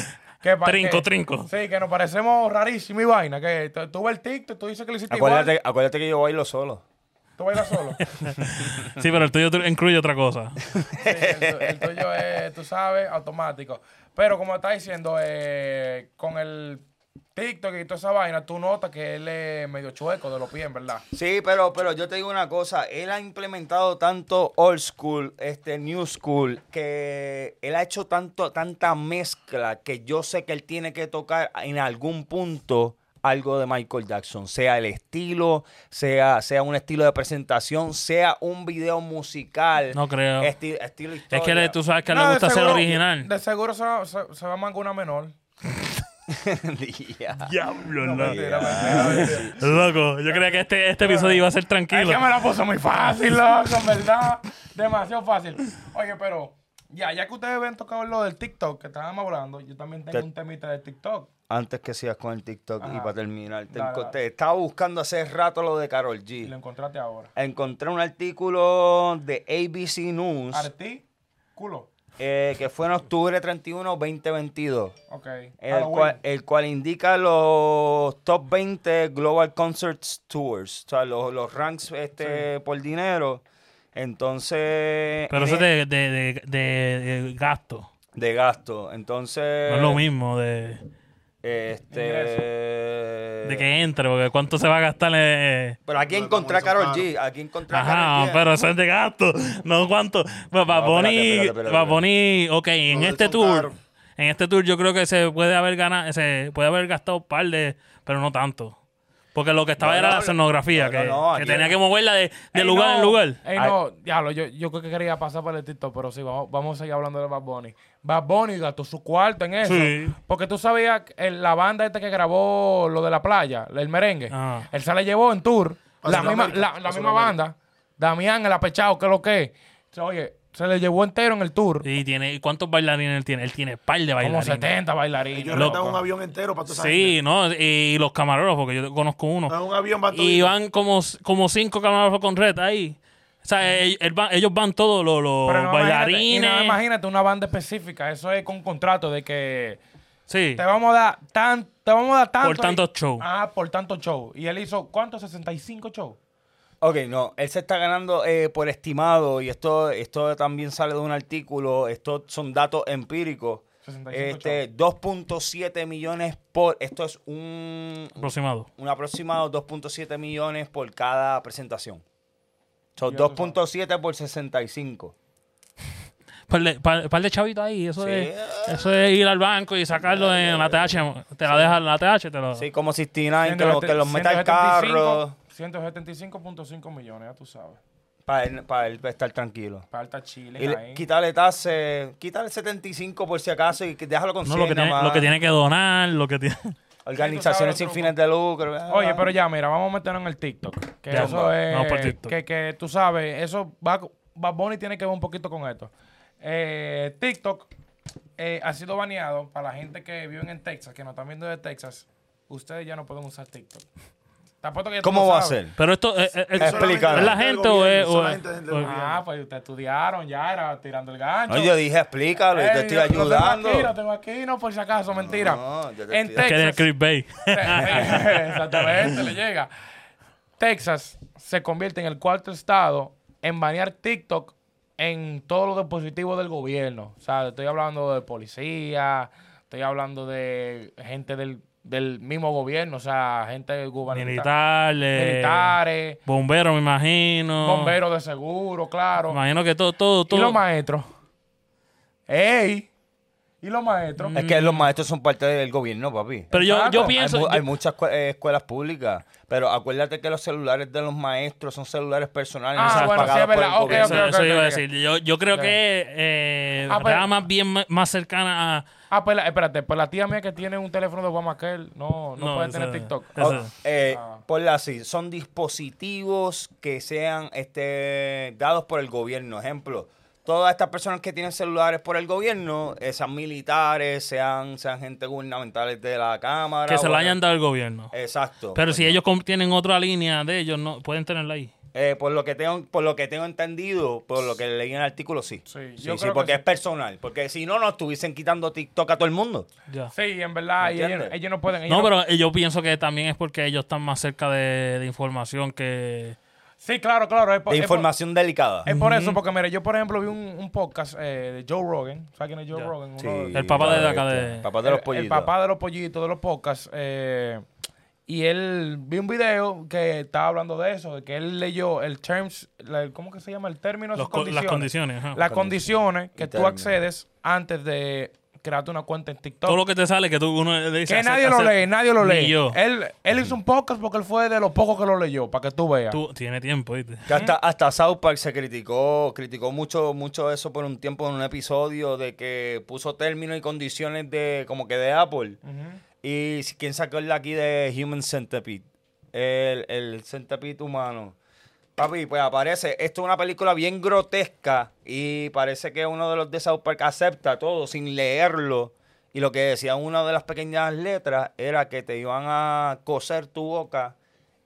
Speaker 4: Que pa-
Speaker 3: Trinco,
Speaker 4: que-
Speaker 3: trinco.
Speaker 4: Sí, que nos parecemos rarísimos y vaina. Que t- tú ves el TikTok, tú dices que lo hiciste
Speaker 1: acuérdate,
Speaker 4: igual.
Speaker 1: acuérdate que yo bailo solo.
Speaker 4: Tú bailas solo. Sí,
Speaker 3: Sí, pero el tuyo tu- incluye otra cosa.
Speaker 4: el, tu- el tuyo es, tú sabes, automático. Pero como está diciendo, eh, con el TikTok y toda esa vaina, tú notas que él es medio chueco de los pies, en verdad.
Speaker 1: Sí, pero, pero yo te digo una cosa, él ha implementado tanto old school, este new school, que él ha hecho tanto, tanta mezcla que yo sé que él tiene que tocar en algún punto algo de Michael Jackson, sea el estilo, sea, sea un estilo de presentación, sea un video musical.
Speaker 3: No creo.
Speaker 1: esti- estilo
Speaker 3: Es que
Speaker 1: historia.
Speaker 3: le- tú sabes que a él
Speaker 4: No,
Speaker 3: le
Speaker 4: de
Speaker 3: gusta hacer
Speaker 4: seguro-
Speaker 3: original.
Speaker 4: De seguro se, va- se, se va a mangar una menor.
Speaker 1: Día.
Speaker 3: Diablo,
Speaker 4: No,
Speaker 3: loco.
Speaker 4: mentira, mentira, mentira.
Speaker 3: Loco, yo creía que este, este episodio iba a ser
Speaker 4: Es
Speaker 3: tranquilo.
Speaker 4: que me la puso muy fácil, loco, en verdad. Demasiado fácil. Oye, pero ya, ya que ustedes ven tocado lo del TikTok que estábamos hablando, yo también tengo
Speaker 1: ¿Qué?
Speaker 4: un temita de TikTok.
Speaker 1: Antes que sigas con el TikTok y
Speaker 4: Ajá.
Speaker 1: para terminar, te,
Speaker 4: Dale,
Speaker 1: encont-
Speaker 4: dale.
Speaker 1: estaba buscando hace rato lo de Carol
Speaker 4: Y
Speaker 1: G.
Speaker 4: lo encontraste ahora.
Speaker 1: encontré un artículo de ABC News
Speaker 4: Arti, culo.
Speaker 1: eh, que fue en octubre 31, 2022,
Speaker 4: Ok.
Speaker 1: el
Speaker 4: Halloween.
Speaker 1: cual, el cual indica los top 20 Global Concerts Tours, o sea, los, los ranks este, por dinero. Entonces,
Speaker 3: Pero eso es
Speaker 1: de,
Speaker 3: de, de, de- de- de gasto.
Speaker 1: gasto. Entonces,
Speaker 3: No
Speaker 4: Eh.
Speaker 3: es lo mismo de,
Speaker 1: Este,
Speaker 3: de que entre, porque cuánto se va a gastar. eh,
Speaker 1: Pero aquí encontré a Carol G. Aquí encontré a Karol
Speaker 3: Ajá,
Speaker 1: G.
Speaker 3: pero eso es de gasto. No cuánto. Va va
Speaker 1: No, espérate,
Speaker 3: Bunny-
Speaker 1: espérate, espérate,
Speaker 3: va
Speaker 1: espérate.
Speaker 3: Bunny, ok, en
Speaker 2: de
Speaker 3: este
Speaker 2: son
Speaker 3: tour.
Speaker 2: caros.
Speaker 3: En este tour yo creo que se puede haber ganado, se puede haber gastado un par de, pero no tanto. Porque lo que estaba
Speaker 1: No,
Speaker 3: era
Speaker 1: no,
Speaker 3: la
Speaker 1: no,
Speaker 3: escenografía,
Speaker 1: no,
Speaker 3: que,
Speaker 1: no,
Speaker 3: que
Speaker 1: aquí-
Speaker 3: tenía que moverla de, de
Speaker 4: Ey,
Speaker 3: lugar
Speaker 4: no,
Speaker 3: en lugar.
Speaker 4: Ey, no, diablo, yo, yo creo que quería pasar por el TikTok, pero sí, vamos, vamos a seguir hablando de Bad Bunny. Bad Bunny gastó su cuarto en eso.
Speaker 3: Sí.
Speaker 4: Porque tú sabías, que el- la banda esta que grabó lo de la playa, el merengue,
Speaker 3: Ah.
Speaker 4: él se la llevó en tour.
Speaker 2: Pa'
Speaker 4: La misma,
Speaker 2: Sudamérica,
Speaker 4: la, la
Speaker 2: pa'
Speaker 4: misma
Speaker 2: Sudamérica.
Speaker 4: banda, Damián, el apechado, que lo que es. O sea, Oye, se le llevó entero en el tour.
Speaker 3: Y tiene, ¿y ¿cuántos bailarines él tiene? Él tiene par de
Speaker 4: Como
Speaker 3: bailarines.
Speaker 4: 70 bailarines.
Speaker 2: Yo
Speaker 3: Loco.
Speaker 2: rentaba un avión entero para tu
Speaker 3: Sí, no, y los camarógrafos, porque yo conozco uno.
Speaker 2: Ah, Un avión para
Speaker 3: y van como, como cinco camarógrafos con red ahí. O sea, él- él va- ellos van todos los, los
Speaker 4: Pero no, imagínate- y
Speaker 3: bailarines.
Speaker 4: no, imagínate una banda específica. Eso es con contrato de que
Speaker 3: sí.
Speaker 4: Te vamos a dar tan, te vamos a dar tanto.
Speaker 3: Por tantos shows.
Speaker 4: Ah, por tantos shows. Y él hizo ¿cuántos? 65 shows.
Speaker 1: Ok, no, él se está ganando eh, por estimado y esto, esto también sale de un artículo, estos son datos empíricos.
Speaker 4: 65
Speaker 1: Este, 2.7 millones por, esto es un,
Speaker 3: Aproximado.
Speaker 1: un aproximado 2.7 millones por cada presentación. So, 2.7 por 65.
Speaker 3: Par de, par- par de chavitos ahí. Eso,
Speaker 1: Sí.
Speaker 3: es, eso es ir al banco y sacarlo en la TH. Te la dejan en la TH. Te lo...
Speaker 1: Sí, como 69, que, lo- que los meta el
Speaker 4: 175,
Speaker 1: carro.
Speaker 4: 175.5 millones, ya tú sabes.
Speaker 1: Para él, pa' él estar tranquilo.
Speaker 4: Falta Chile.
Speaker 1: Y le-
Speaker 4: ahí.
Speaker 1: quítale tase, quítale 75 por si acaso y que- déjalo con
Speaker 3: No,
Speaker 1: 100
Speaker 3: lo que, tiene,
Speaker 1: nada más.
Speaker 3: lo que tiene que donar, lo que tiene.
Speaker 1: Organizaciones
Speaker 4: Sí, tú
Speaker 1: sin
Speaker 4: sabes,
Speaker 1: fines de lucro. ah. bla, bla,
Speaker 4: Oye,
Speaker 1: bla.
Speaker 4: pero ya, mira, vamos a meternos en el TikTok. Que
Speaker 3: Ya,
Speaker 4: eso
Speaker 3: vamos.
Speaker 4: es.
Speaker 3: Vamos por TikTok.
Speaker 4: Que, que tú sabes, eso va. Bad Bunny tiene que ver un poquito con esto. Eh, TikTok eh, ha sido baneado para la gente que viven en Texas, que nos están viendo de Texas. Ustedes ya no pueden usar TikTok. Te apuesto que ya tú
Speaker 1: ¿Cómo
Speaker 4: lo
Speaker 1: va a
Speaker 4: sabes.
Speaker 1: ser?
Speaker 3: Pero esto. eh, eh,
Speaker 1: Explícalo.
Speaker 3: ¿Es la gente o es.? o es- o es-
Speaker 4: Ah, pues ustedes estudiaron ya, era tirando el gancho.
Speaker 1: No, yo dije, explícalo, yo te
Speaker 4: Ey,
Speaker 1: estoy
Speaker 4: lo tengo
Speaker 1: ayudando.
Speaker 4: aquí, lo tengo aquí, no por si acaso, mentira.
Speaker 1: No, yo te
Speaker 4: en
Speaker 1: estoy-
Speaker 3: que tiene
Speaker 4: Texas,
Speaker 3: Chris Bay.
Speaker 4: Exactamente, le llega. Texas se convierte en el cuarto estado en banear TikTok en todos los dispositivos del gobierno. O sea, estoy hablando de policía, estoy hablando de gente del, del mismo gobierno, o sea, gente gubernamental.
Speaker 3: Militares.
Speaker 4: Militares,
Speaker 3: Bomberos, eh, me imagino.
Speaker 4: bomberos de seguro, claro.
Speaker 3: Me imagino que todo, todo,
Speaker 4: Y los
Speaker 3: todo.
Speaker 4: maestros. ¡Ey! ¿Y los maestros?
Speaker 1: Es que los maestros son parte del gobierno, papi.
Speaker 3: Pero yo,
Speaker 4: Exacto.
Speaker 3: yo
Speaker 4: Hay
Speaker 3: pienso.
Speaker 1: hay, mu-
Speaker 3: yo-
Speaker 1: hay muchas cue- eh, escuelas públicas, pero acuérdate que los celulares de los maestros son celulares personales, no
Speaker 4: Ah,
Speaker 1: son
Speaker 4: bueno, sí,
Speaker 1: pagados
Speaker 4: es
Speaker 1: por el
Speaker 4: verdad. Ok,
Speaker 1: gobierno.
Speaker 3: eso
Speaker 4: ok,
Speaker 3: eso
Speaker 4: ok,
Speaker 3: iba a
Speaker 4: ok.
Speaker 3: decir. Yo, yo creo
Speaker 4: Ya.
Speaker 3: que eh,
Speaker 4: Ah,
Speaker 3: estaba
Speaker 4: pero-
Speaker 3: más bien más- más cercana a.
Speaker 4: Ah, pues la- espérate, pues la tía mía que tiene un teléfono de Obamacare no, no, puede
Speaker 3: esa-
Speaker 4: tener TikTok.
Speaker 3: esa-
Speaker 1: Oh, eh,
Speaker 4: Ah.
Speaker 1: Ponla así, son dispositivos que sean este, dados por el gobierno. Ejemplo, todas estas personas que tienen celulares por el gobierno, eh, sean militares, sean, sean gente gubernamentales de la Cámara.
Speaker 3: que se
Speaker 1: o-
Speaker 3: la hayan dado el gobierno.
Speaker 1: Eh, Exacto.
Speaker 3: Pero si ellos com- tienen otra línea de ellos, no pueden tenerla ahí.
Speaker 1: Eh, por, lo que tengo, por lo que tengo entendido, por lo que leí en el artículo, sí.
Speaker 4: Sí,
Speaker 1: sí,
Speaker 4: yo
Speaker 1: sí,
Speaker 4: creo que
Speaker 1: porque
Speaker 4: sí.
Speaker 1: es personal. Porque si no, nos estuviesen quitando TikTok a todo el mundo.
Speaker 4: Pues,
Speaker 3: Ya.
Speaker 4: Sí, en verdad, y ellos,
Speaker 1: ¿Entiendes?
Speaker 4: ellos no pueden. ellos
Speaker 3: No, pero yo pienso que también es porque ellos están más cerca de, de información que...
Speaker 4: Sí, claro, claro. Es por,
Speaker 1: De
Speaker 4: es por-
Speaker 1: información delicada.
Speaker 4: es por eso, porque mire, yo por ejemplo vi un, un podcast eh, de Joe Rogan. ¿Sabes quién es Joe
Speaker 3: Ya.
Speaker 4: Rogan? Uno
Speaker 1: Sí,
Speaker 4: de-
Speaker 3: El papá de
Speaker 1: la
Speaker 3: acá
Speaker 1: bestia.
Speaker 3: de-
Speaker 1: El papá de los
Speaker 4: el-
Speaker 1: pollitos.
Speaker 4: El papá de los pollitos, de los podcasts. eh, y él vi un video que estaba hablando de eso, de que él leyó el terms, la- ¿cómo que se llama? El término, de
Speaker 3: Los
Speaker 4: sus
Speaker 3: co- las condiciones. ajá.
Speaker 4: Las condiciones que
Speaker 1: Y
Speaker 4: tú
Speaker 1: término.
Speaker 4: accedes antes de crearte una cuenta en TikTok.
Speaker 3: Todo lo que te sale que tú uno le dice...
Speaker 4: Que
Speaker 3: "Acepta,
Speaker 4: nadie lo
Speaker 3: acepta".
Speaker 4: lee, nadie lo
Speaker 3: Ni
Speaker 4: lee. Eh.
Speaker 3: yo.
Speaker 4: Él, él hizo un podcast porque él fue de los pocos que lo leyó, para que tú veas.
Speaker 3: Tú tiene tiempo, ¿viste?
Speaker 1: Que hasta, hasta South Park se criticó, criticó mucho, mucho eso por un tiempo en un episodio de que puso términos y condiciones de como que de Apple. Y si- quién sacó el de aquí de Human Centipede, el, el centipede humano. Papi, pues aparece, esto es una película bien grotesca y parece que uno de los de South Park acepta todo sin leerlo. Y lo que decía una de las pequeñas letras era que te iban a coser tu boca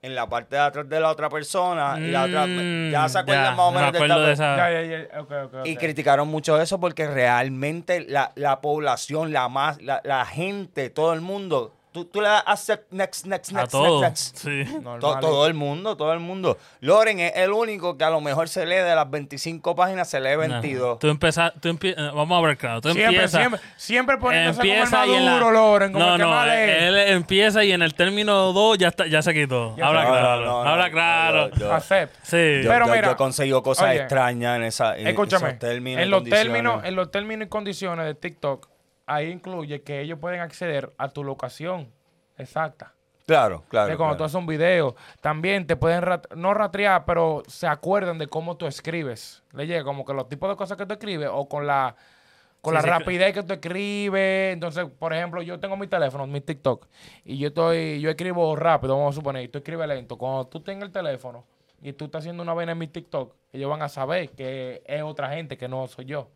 Speaker 1: en la parte de atrás de la otra persona. y la otra,
Speaker 3: Mm,
Speaker 1: ya se acuerdan
Speaker 3: ya,
Speaker 1: más o
Speaker 3: me
Speaker 1: menos de
Speaker 3: acuerdo
Speaker 1: esta-
Speaker 3: de esa-
Speaker 4: Ya, ya, ya, ok, ok,
Speaker 1: y
Speaker 4: ok.
Speaker 1: criticaron mucho eso porque realmente la, la población, la más, la, la gente, todo el mundo, tú, tú le das accept, next, next,
Speaker 3: A
Speaker 1: next, next,
Speaker 3: todos.
Speaker 1: next.
Speaker 3: Sí.
Speaker 1: To-
Speaker 4: Normal.
Speaker 1: todo el mundo, todo el mundo. Loren es el único que a lo mejor se lee de las 25 páginas, se lee 22.
Speaker 3: Tú empiezas... Tú empie- eh, Vamos a ver, claro. Tú
Speaker 4: Siempre,
Speaker 3: empiezas...
Speaker 4: siempre, siempre poniéndose
Speaker 3: Empieza
Speaker 4: como
Speaker 3: y
Speaker 4: el
Speaker 3: en la-
Speaker 4: maduro, Loren, como
Speaker 3: no,
Speaker 4: el que
Speaker 3: no,
Speaker 4: más
Speaker 3: él,
Speaker 4: lee.
Speaker 3: él empieza y en el término 2 ya está, ya se quitó.
Speaker 4: Ya
Speaker 3: habla
Speaker 1: No, no,
Speaker 3: claro,
Speaker 1: no, no,
Speaker 3: habla
Speaker 1: no,
Speaker 3: claro.
Speaker 1: no, yo-
Speaker 4: Accept.
Speaker 3: sí.
Speaker 1: Yo,
Speaker 4: Ah, Pero
Speaker 1: yo-
Speaker 4: mira,
Speaker 1: yo he conseguido cosas
Speaker 4: oye,
Speaker 1: extrañas en, esa, en
Speaker 4: Escúchame,
Speaker 1: eh, esos términos. y
Speaker 4: en, los
Speaker 1: condiciones.
Speaker 4: términos, en los términos y condiciones de TikTok, ahí incluye que ellos pueden acceder a tu locación exacta.
Speaker 1: Claro, claro.
Speaker 4: de cuando tú
Speaker 1: claro.
Speaker 4: haces un video, también te pueden, rat- no rastrear, pero se acuerdan de cómo tú escribes. Le llega como que los tipos de cosas que tú escribes o con la, con
Speaker 3: Sí,
Speaker 4: la
Speaker 3: sí,
Speaker 4: rapidez que tú escribes. Entonces, por ejemplo, yo tengo mi teléfono, mi TikTok, y yo estoy yo escribo rápido, vamos a suponer, y tú escribes lento. Cuando tú tengas el teléfono y tú estás haciendo una vaina en mi TikTok, ellos van a saber que es otra gente, que no soy yo.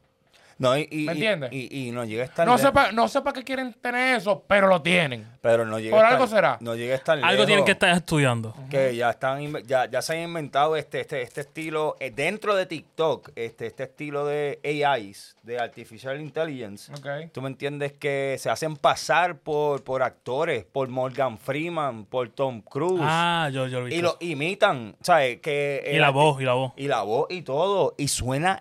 Speaker 1: No, y, y-
Speaker 4: ¿Me
Speaker 1: y-
Speaker 4: entiendes?
Speaker 1: Y, y no llega a estar
Speaker 4: No
Speaker 1: lejos.
Speaker 4: sé, pa- no sé para qué quieren tener eso, pero lo tienen.
Speaker 1: Pero no llega
Speaker 4: Por
Speaker 1: a estar-
Speaker 4: algo será.
Speaker 1: No llega a estar
Speaker 3: Algo
Speaker 1: lejos.
Speaker 3: tienen que estar estudiando.
Speaker 1: que ya están inve- ya, ya se han inventado este, este, este estilo eh, dentro de TikTok, este, este estilo de AIs, de Artificial Intelligence.
Speaker 4: Ok.
Speaker 1: Tú me entiendes que se hacen pasar por, por actores, por Morgan Freeman, por Tom Cruise.
Speaker 3: Ah, yo, yo lo vi.
Speaker 1: y lo imitan, ¿sabes? Que
Speaker 3: Y
Speaker 1: el
Speaker 3: la
Speaker 1: arti-
Speaker 3: voz, y la voz.
Speaker 1: Y la voz y todo. Y suena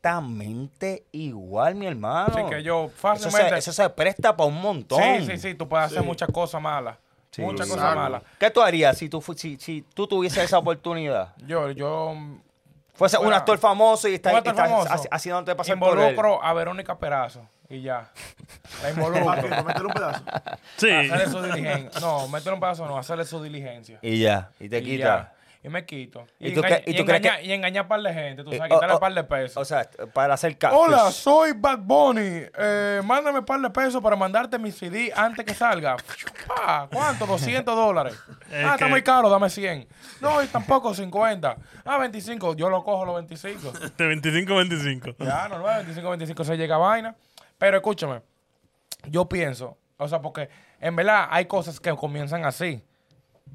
Speaker 1: exactamente igual, mi hermano.
Speaker 4: Así que yo
Speaker 1: Eso se,
Speaker 4: fácilmente...
Speaker 1: eso se presta para un montón.
Speaker 4: Sí, sí, sí, tú puedes hacer muchas cosas malas.
Speaker 1: Sí.
Speaker 4: muchas cosas
Speaker 1: Exacto.
Speaker 4: malas.
Speaker 1: ¿Qué tú harías si tú, fu- si, si tú tuvieses esa oportunidad?
Speaker 4: Yo, yo mm,
Speaker 1: Fuese un
Speaker 4: Bueno,
Speaker 1: actor famoso y está,
Speaker 4: Un actor
Speaker 1: y está
Speaker 4: famoso.
Speaker 1: haci- haciéndote pasar por él.
Speaker 4: Involucro a Verónica Perazo y ya. La
Speaker 2: Papi, para
Speaker 4: involucro.
Speaker 2: meterle un pedazo.
Speaker 3: Sí.
Speaker 4: hacerle su diligencia. No, meter un paso no, hacerle su diligencia.
Speaker 1: Y ya, y te
Speaker 4: Y
Speaker 1: quita.
Speaker 4: ya. Y me quito.
Speaker 1: ¿Y
Speaker 4: Y,
Speaker 1: tú
Speaker 4: engaña-
Speaker 1: cre- y
Speaker 4: y
Speaker 1: tú crees
Speaker 4: engaña-
Speaker 1: que-
Speaker 4: y engañar par de gente, tú
Speaker 1: Eh,
Speaker 4: sabes,
Speaker 1: oh,
Speaker 4: quitarle
Speaker 1: oh,
Speaker 4: par de pesos.
Speaker 1: O sea, para hacer cactus.
Speaker 4: Hola, soy Bad Bunny. Eh, mándame par de pesos para mandarte mi CD antes que salga. Pa, ¿Cuánto? 200 dólares.
Speaker 3: Es
Speaker 4: Ah, está
Speaker 3: que-
Speaker 4: muy caro, dame 100. No, y tampoco 50. Ah, 25. Yo lo cojo los 25.
Speaker 3: De 25 25.
Speaker 4: Ya, normal, 25, 25 se llega vaina. Pero escúchame, yo pienso, o sea, porque en verdad hay cosas que comienzan así.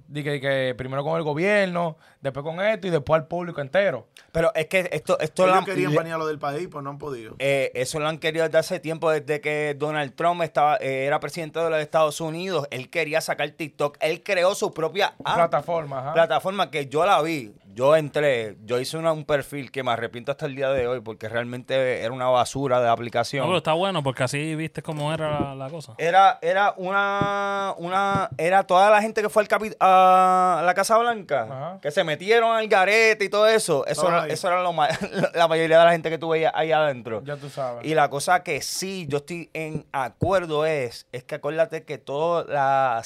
Speaker 4: De que, que primero con el gobierno, después con esto y después al público entero.
Speaker 1: Pero es que esto, esto
Speaker 2: Ellos
Speaker 1: lo han-
Speaker 2: querían
Speaker 1: le-
Speaker 2: banear lo del país, pues no han podido.
Speaker 1: eh, eso lo han querido desde hace tiempo, desde que Donald Trump estaba, eh, era presidente de los Estados Unidos. Él quería sacar TikTok. Él creó su propia app.
Speaker 4: Plataformas, ajá.
Speaker 1: plataforma que yo la vi, yo entré, yo hice una- un perfil que me arrepiento hasta el día de hoy porque realmente era una basura de
Speaker 3: No, pero
Speaker 1: aplicación.
Speaker 3: está bueno porque así viste cómo era la, la cosa.
Speaker 1: Era, era una, una, era toda la gente que fue al capi- a la Casa Blanca,
Speaker 4: Ajá.
Speaker 1: que se metieron al garete y todo eso. Eso,
Speaker 2: Todo
Speaker 1: era,
Speaker 2: ahí.
Speaker 1: eso era lo ma- la mayoría de la gente que tú veías ahí adentro.
Speaker 4: Ya tú sabes.
Speaker 1: Y la cosa que sí, yo estoy en acuerdo es, es que acuérdate que toda la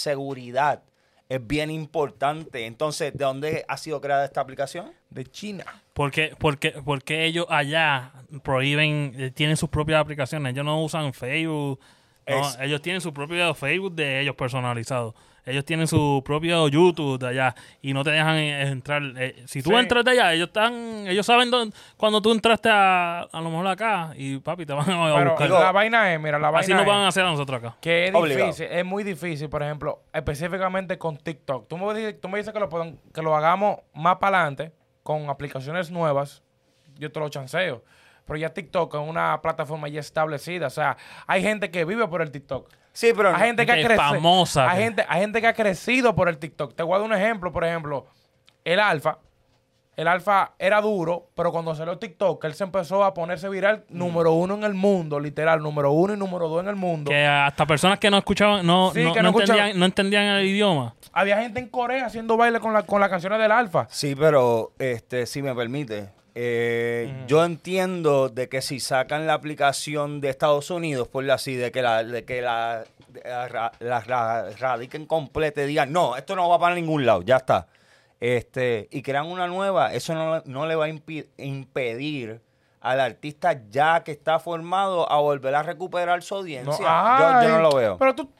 Speaker 1: ciberseguridad es bien importante. Entonces, ¿de dónde ha sido creada esta aplicación?
Speaker 4: De China.
Speaker 3: Porque, porque, porque ellos allá prohíben, eh, tienen sus propias aplicaciones. Ellos no usan Facebook. No,
Speaker 1: Es-
Speaker 3: ellos tienen su propio Facebook de ellos personalizado. Ellos tienen su propio YouTube de allá y no te dejan eh, entrar. Eh, si tú
Speaker 4: Sí.
Speaker 3: entras de allá, ellos están, ellos saben dónde, cuando tú entraste a, a lo mejor acá y papi te van a,
Speaker 4: Pero
Speaker 3: buscar.
Speaker 4: la vaina es, mira, la vaina
Speaker 3: Así nos
Speaker 4: es
Speaker 3: van a hacer a nosotros acá.
Speaker 4: que es
Speaker 1: Obligado.
Speaker 4: difícil, es muy difícil, por ejemplo, específicamente con TikTok. Tú me dices, tú me dices que, lo podam- que lo hagamos más para adelante con aplicaciones nuevas, yo te lo chanceo. Pero ya TikTok es una plataforma ya establecida. O sea, hay gente que vive por el TikTok.
Speaker 1: Sí, pero...
Speaker 4: Hay gente que ha
Speaker 3: que
Speaker 4: crecido.
Speaker 3: famosa,
Speaker 4: Hay
Speaker 3: que-
Speaker 4: gente, hay gente que ha crecido por el TikTok. Te voy a dar un ejemplo, por ejemplo, el Alfa. El Alfa era duro, pero cuando salió TikTok, él se empezó a ponerse viral
Speaker 3: Mm.
Speaker 4: número uno en el mundo, literal, número uno y número dos en el mundo.
Speaker 3: Que hasta personas que no escuchaban, no,
Speaker 4: Sí,
Speaker 3: no,
Speaker 4: que
Speaker 3: no
Speaker 4: no escuchaban.
Speaker 3: entendían, no entendían el idioma.
Speaker 4: Había gente en Corea haciendo baile con, la, con las canciones del Alfa.
Speaker 1: Sí, pero este, si me permite, eh, yo entiendo de que si sacan la aplicación de Estados Unidos, por así, de que la, de que la, de- la ra- la ra- radiquen completa y digan, no, esto no va para ningún lado, ya está. Este, y crean una nueva, eso no, no le va a impi- impedir al artista ya que está formado a volver a recuperar su
Speaker 4: No,
Speaker 1: audiencia. yo,
Speaker 4: ay,
Speaker 1: yo no lo veo.
Speaker 4: Pero tú,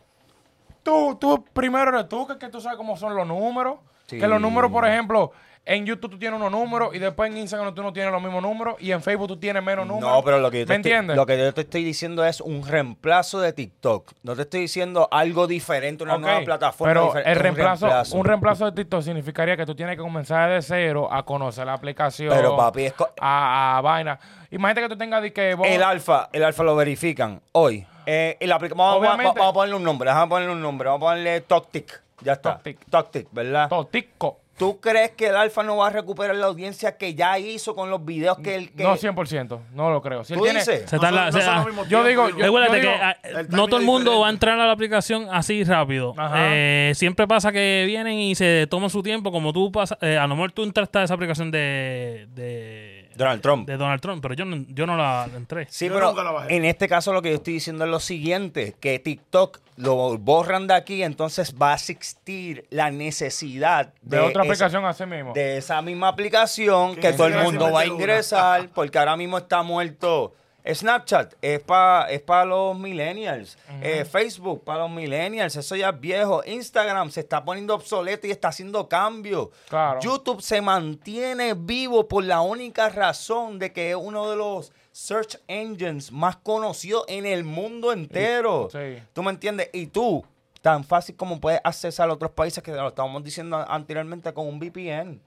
Speaker 4: tú, tú primero eres tú, que, que tú sabes cómo son los números.
Speaker 1: Sí.
Speaker 4: Que los números, por ejemplo, en YouTube tú tienes unos números y después en Instagram tú no tienes los mismos números y en Facebook tú tienes menos números.
Speaker 1: No, pero lo que, yo te
Speaker 4: ¿Me
Speaker 1: estoy-
Speaker 4: entiendes?
Speaker 1: lo que yo te estoy diciendo es un reemplazo de TikTok. No te estoy diciendo algo diferente, una
Speaker 4: Ok,
Speaker 1: nueva plataforma.
Speaker 4: Pero
Speaker 1: diferente,
Speaker 4: el
Speaker 1: un
Speaker 4: reemplazo, un reemplazo de TikTok significaría que tú tienes que comenzar de cero a conocer la aplicación.
Speaker 1: Pero, papi, es co-
Speaker 4: a, a vaina. Imagínate que tú tengas de que vos-
Speaker 1: el alfa, el alfa lo verifican hoy. Eh, y la aplica- vamos, vamos-
Speaker 4: Obviamente-
Speaker 1: vamos a ponerle un nombre, vamos a ponerle un nombre, vamos a ponerle Toctic. Ya está.
Speaker 4: Toctic.
Speaker 1: Toctic, ¿verdad?
Speaker 4: Totico.
Speaker 1: ¿Tú crees que el alfa no va a recuperar la audiencia que ya hizo con los videos que él... Que...
Speaker 4: No 100%, no lo creo. Si él
Speaker 1: ¿Tú
Speaker 4: tiene-
Speaker 1: dices?
Speaker 3: Se
Speaker 2: No
Speaker 3: tarda-
Speaker 2: son- no son
Speaker 3: o sea,
Speaker 2: los mismos
Speaker 4: yo digo-
Speaker 2: tiempos,
Speaker 4: yo-
Speaker 3: Recuérdate
Speaker 4: digo,
Speaker 3: que ah,
Speaker 2: el timing
Speaker 3: no todo el
Speaker 2: es
Speaker 3: mundo
Speaker 2: diferente.
Speaker 3: va a entrar a la aplicación así rápido.
Speaker 4: Ajá.
Speaker 3: Eh, siempre pasa que vienen y se toman su tiempo, como tú pasas, eh, a lo mejor tú entraste a esa aplicación de, de,
Speaker 1: Donald Trump.
Speaker 3: de Donald Trump, pero yo no, yo no la entré.
Speaker 1: Sí,
Speaker 2: Yo
Speaker 1: pero
Speaker 2: nunca la bajé.
Speaker 1: en este caso lo que yo estoy diciendo es lo siguiente, que TikTok lo borran de aquí, entonces va a existir la necesidad
Speaker 4: de
Speaker 1: de,
Speaker 4: otra
Speaker 1: esa-
Speaker 4: aplicación así mismo.
Speaker 1: de esa misma aplicación
Speaker 2: Que
Speaker 1: que
Speaker 2: ni
Speaker 1: todo el
Speaker 2: siquiera
Speaker 1: mundo va a
Speaker 2: se mete una.
Speaker 1: ingresar, porque ahora mismo está muerto. Snapchat es para es pa los millennials, Eh, Facebook para los millennials, eso ya es viejo, Instagram se está poniendo obsoleto y está haciendo cambios.
Speaker 4: Claro.
Speaker 1: YouTube se mantiene vivo por la única razón de que es uno de los search engines más conocidos en el mundo entero.
Speaker 4: Sí.
Speaker 1: ¿Tú me entiendes? Y tú, tan fácil como puedes accesar a otros países que lo estábamos diciendo anteriormente con un VPN.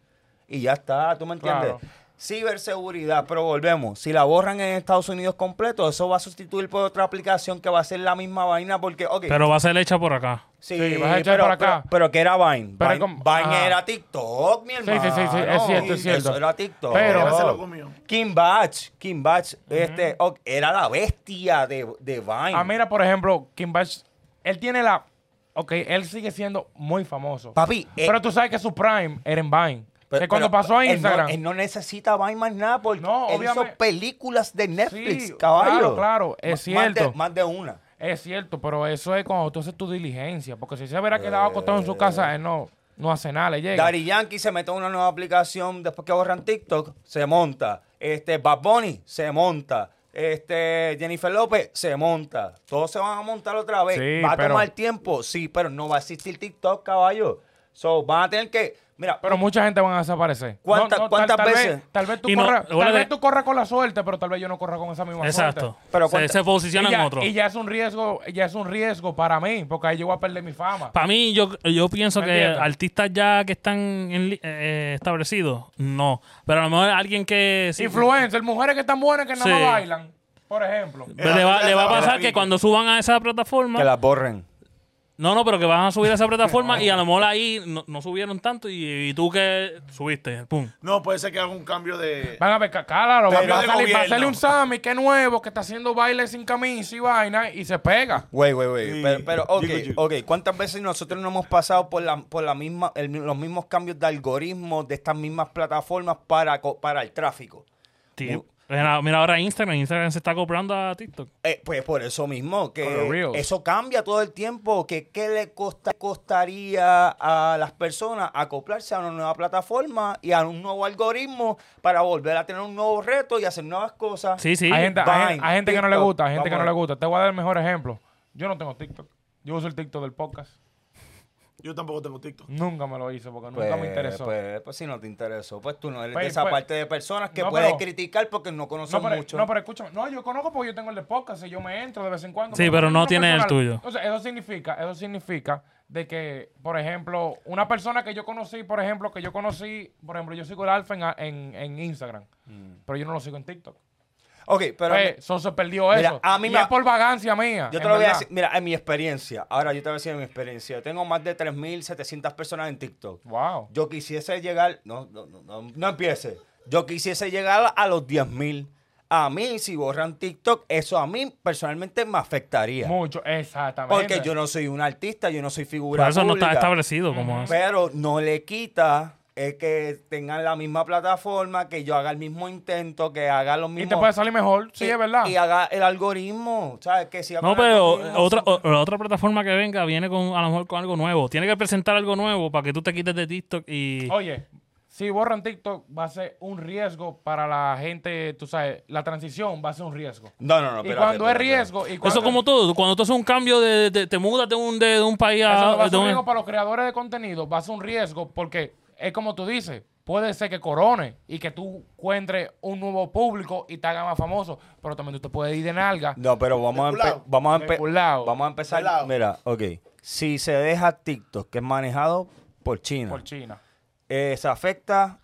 Speaker 1: Y ya está, ¿tú me entiendes?
Speaker 4: Claro.
Speaker 1: Ciberseguridad, pero volvemos. Si la borran en Estados Unidos completo, eso va a sustituir por otra aplicación que va a ser la misma vaina porque, ok,
Speaker 3: Pero va a ser hecha por acá.
Speaker 1: sí,
Speaker 4: sí, vas a echar
Speaker 1: pero,
Speaker 4: para acá.
Speaker 1: pero- pero que era Vine.
Speaker 4: Pero
Speaker 1: Vine,
Speaker 4: como-
Speaker 1: Vine
Speaker 4: ah.
Speaker 1: era TikTok, mi
Speaker 4: sí,
Speaker 1: hermano.
Speaker 4: sí, sí, es cierto, es cierto.
Speaker 1: Eso era TikTok.
Speaker 4: Pero-
Speaker 2: Era, se lo comió.
Speaker 1: Kim Batch, Kim Batch, este, ok, era la bestia de, de Vine.
Speaker 4: Ah, mira, por ejemplo, Kim Bash, él tiene la... Ok, él sigue siendo muy famoso.
Speaker 1: Papi, eh,
Speaker 4: pero tú sabes que su prime era en Vine.
Speaker 1: Pero-
Speaker 4: que cuando
Speaker 1: pero
Speaker 4: pasó a
Speaker 1: él no-
Speaker 4: Instagram.
Speaker 1: Él no, necesita vaina más nada porque
Speaker 4: No,
Speaker 1: él
Speaker 4: obviamente.
Speaker 1: hizo películas de Netflix,
Speaker 4: Sí,
Speaker 1: caballo.
Speaker 4: claro, claro, es
Speaker 1: M- más de-
Speaker 4: cierto.
Speaker 1: Más de, una.
Speaker 4: Es cierto, pero eso es cuando tú haces tu diligencia. Porque si se hubiera quedado acostado
Speaker 1: Eh.
Speaker 4: en su casa, él no, no hace nada, le llega.
Speaker 1: Daddy Yankee se mete a una nueva aplicación después que borran TikTok, se monta. Este, Bad Bunny se monta. Este, Jennifer López se monta. Todos se van a montar otra vez.
Speaker 4: Sí,
Speaker 1: va a
Speaker 4: pero-
Speaker 1: tomar tiempo, sí, pero no va a existir TikTok, caballo. So, van a tener que. Mira,
Speaker 4: Pero mucha gente van a desaparecer.
Speaker 1: ¿Cuánta-
Speaker 4: No, no,
Speaker 1: cuántas
Speaker 4: tal, tal
Speaker 1: veces?
Speaker 4: Vez, tal vez tú
Speaker 3: Y no-
Speaker 4: corras
Speaker 3: bueno,
Speaker 4: tal
Speaker 3: de-
Speaker 4: vez tú corras con la suerte, pero tal vez yo no corra con esa misma
Speaker 3: Exacto.
Speaker 4: suerte.
Speaker 1: Pero
Speaker 3: se,
Speaker 1: cuánta-
Speaker 3: se posiciona
Speaker 4: Y
Speaker 3: en
Speaker 4: ya,
Speaker 3: otro.
Speaker 4: y ya es un riesgo, ya es un riesgo para mí, porque ahí yo voy a perder mi fama.
Speaker 3: Para mí, yo, yo pienso
Speaker 4: ¿Me
Speaker 3: que
Speaker 4: entiendes?
Speaker 3: artistas ya que están en li- eh, establecidos, no. Pero a lo mejor alguien que... sí-
Speaker 4: Influencers, mujeres que están buenas que nada más
Speaker 3: Sí.
Speaker 4: bailan, por ejemplo.
Speaker 3: Pero le va, le va a
Speaker 2: Que la
Speaker 3: pasar
Speaker 2: pique.
Speaker 3: que cuando suban a esa plataforma...
Speaker 1: que las borren.
Speaker 3: No, no, pero que van a subir a esa plataforma y a lo mejor ahí no, no subieron tanto y, y tú que subiste, pum.
Speaker 2: No, puede ser que haga un cambio de.
Speaker 4: Van a ver, ca- claro, va
Speaker 2: Cambio
Speaker 4: va a
Speaker 2: de
Speaker 4: salir, va a
Speaker 2: gobierno.
Speaker 4: salir un Sammy que es nuevo, que está haciendo baile sin camisa y vaina, y se pega.
Speaker 1: Güey, güey, güey.
Speaker 2: Sí.
Speaker 1: Pero, pero, ok,
Speaker 2: Digo yo.
Speaker 1: ok. ¿Cuántas veces nosotros no hemos pasado por, la, por la misma, el- los mismos cambios de algoritmos de estas mismas plataformas para, co- para el tráfico?
Speaker 3: Tío, Mira, Eh, mira ahora Instagram, Instagram se está comprando a TikTok.
Speaker 1: Eh, pues por eso mismo,
Speaker 4: Con los
Speaker 1: que
Speaker 4: reels.
Speaker 1: eso cambia todo el tiempo. Que, ¿Qué le costa- costaría a las personas acoplarse a una nueva plataforma y a un nuevo algoritmo para volver a tener un nuevo reto y hacer nuevas cosas?
Speaker 3: Sí, sí.
Speaker 4: Hay gente, hay-
Speaker 1: Vine,
Speaker 4: hay gente que no le
Speaker 1: TikTok,
Speaker 4: gusta, hay gente que no
Speaker 1: vamos
Speaker 4: le
Speaker 1: a-
Speaker 4: gusta. Te voy a dar el mejor ejemplo. Yo no tengo TikTok. Yo uso el TikTok del podcast.
Speaker 2: Yo tampoco tengo TikTok.
Speaker 4: Nunca me lo hice porque
Speaker 1: Pues,
Speaker 4: nunca me interesó.
Speaker 1: Pues, pues si no te interesó, pues tú no eres
Speaker 4: Pues,
Speaker 1: de esa
Speaker 4: pues,
Speaker 1: parte de personas que
Speaker 4: no,
Speaker 1: puedes
Speaker 4: pero-
Speaker 1: criticar porque no conoces
Speaker 4: No pero,
Speaker 1: mucho.
Speaker 4: no, pero escúchame. No, yo conozco porque yo tengo el de podcast y yo me entro de vez en cuando.
Speaker 3: Sí, pero
Speaker 4: yo
Speaker 3: no
Speaker 4: soy una
Speaker 3: tienes el
Speaker 4: persona-
Speaker 3: tuyo.
Speaker 4: O sea, eso significa, eso significa de que, por ejemplo, una persona que yo conocí, por ejemplo, que yo conocí, por ejemplo, yo sigo el Alfa en, en, en Instagram, pero yo no lo sigo en TikTok.
Speaker 1: ok, Mm. pero
Speaker 4: Pues, eso se perdió eso.
Speaker 1: Mira, a mí
Speaker 4: y
Speaker 1: me-
Speaker 4: es por vagancia mía.
Speaker 1: Yo te
Speaker 4: en
Speaker 1: lo voy a
Speaker 4: verdad.
Speaker 1: decir, mira, en mi experiencia, ahora yo te voy a decir mi experiencia. Yo tengo más de 3.700 personas en TikTok.
Speaker 4: Wow.
Speaker 1: Yo quisiese llegar, no, no, no, no, no empiece. Yo quisiese llegar a los 10.000. A mí, si borran TikTok, eso a mí personalmente me afectaría.
Speaker 4: Mucho, exactamente.
Speaker 1: Porque yo no soy un artista, yo no soy figura
Speaker 3: Por eso no está
Speaker 1: pública.
Speaker 3: establecido como es.
Speaker 1: Pero no le quita eh, que tengan la misma plataforma, que yo haga el mismo intento, que haga los
Speaker 4: Y
Speaker 1: mismos...
Speaker 4: te puede salir mejor, sí,
Speaker 1: y-
Speaker 4: es verdad.
Speaker 1: Y haga el algoritmo, ¿sabes? Que siga
Speaker 3: No,
Speaker 1: con el
Speaker 3: pero
Speaker 1: algoritmo,
Speaker 3: otra,
Speaker 1: sí.
Speaker 3: o- la otra plataforma que venga viene con a lo mejor con algo nuevo. Tiene que presentar algo nuevo para que tú te quites de TikTok y...
Speaker 4: Oye, si borran TikTok va a ser un riesgo para la gente, tú sabes, la transición va a ser un riesgo.
Speaker 1: No, no, no.
Speaker 4: y
Speaker 1: espérate,
Speaker 4: cuando es
Speaker 1: espérate, espérate.
Speaker 4: riesgo, y cuando
Speaker 3: Eso como todo. Cuando tú haces un cambio, de, de- te mudas de un, de, de un país
Speaker 4: Eso no va
Speaker 3: a...
Speaker 4: a ser
Speaker 3: de
Speaker 4: un
Speaker 3: un-
Speaker 4: riesgo para los creadores de contenido, va a ser un riesgo porque es como tú dices, puede ser que corone y que tú encuentres un nuevo público y te haga más famoso, pero también tú te puedes ir de nalga.
Speaker 1: No, pero vamos a, empe-
Speaker 2: Especulado.
Speaker 1: vamos, a empe-
Speaker 4: Especulado.
Speaker 1: vamos a empezar.
Speaker 2: Especulado.
Speaker 1: Mira, ok. Si se deja TikTok, que es manejado por China,
Speaker 4: Por China.
Speaker 1: eh, se afecta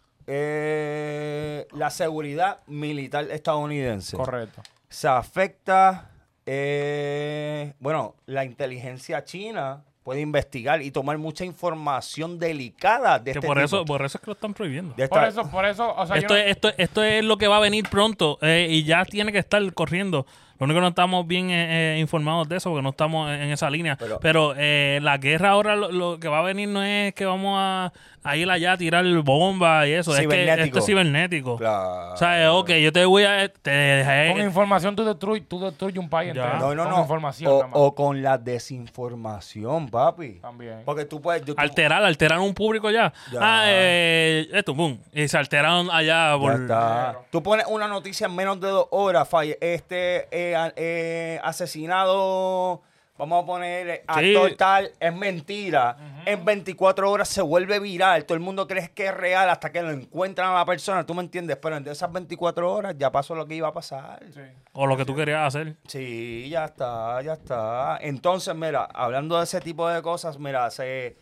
Speaker 1: eh, la seguridad militar estadounidense.
Speaker 4: Correcto.
Speaker 1: Se afecta, eh, bueno, la inteligencia china puede investigar y tomar mucha información delicada de
Speaker 3: que
Speaker 1: este
Speaker 3: por,
Speaker 1: tipo.
Speaker 3: eso, por eso es que lo están prohibiendo.
Speaker 1: De
Speaker 4: Por
Speaker 1: esta-
Speaker 4: eso, por eso, o sea, yo
Speaker 3: Esto,
Speaker 4: no-
Speaker 3: es, esto, esto es lo que va a venir pronto eh, y ya tiene que estar corriendo. Lo único que no estamos bien eh, eh, informados de eso porque no estamos en esa línea. Pero,
Speaker 1: Pero-
Speaker 3: eh, la guerra ahora lo, lo que va a venir no es que vamos a, a ir allá a tirar bombas y eso. Es que
Speaker 1: Cibernético.
Speaker 3: esto es cibernético.
Speaker 1: Claro.
Speaker 3: O sea, eh, ok, yo te voy a... Te dejé-
Speaker 4: con información tú destruyes tú destruyes un país
Speaker 3: eh, Ya.
Speaker 4: entero.
Speaker 1: No, no,
Speaker 4: con
Speaker 1: no.
Speaker 4: información
Speaker 1: o,
Speaker 4: nada más.
Speaker 1: o con la desinformación, papi.
Speaker 4: También.
Speaker 1: Porque tú puedes. yo- tú-
Speaker 3: alterar, alterar un público ya.
Speaker 1: Ya.
Speaker 3: Ah, eh, esto, boom. Y se alteraron allá
Speaker 1: Ya
Speaker 3: por...
Speaker 1: está. Tú pones una noticia en menos de dos horas, falle, este eh, a- eh, asesinado, vamos a poner eh,
Speaker 3: Sí.
Speaker 1: actor tal, es mentira. En 24 horas se vuelve viral, todo el mundo cree que es real hasta que lo encuentran a la persona, ¿tú me entiendes? Pero en esas 24 horas ya pasó lo que iba a pasar.
Speaker 4: Sí.
Speaker 3: O lo que tú querías hacer.
Speaker 1: Sí, ya está, ya está. Entonces, mira, hablando de ese tipo de cosas, mira, se eh,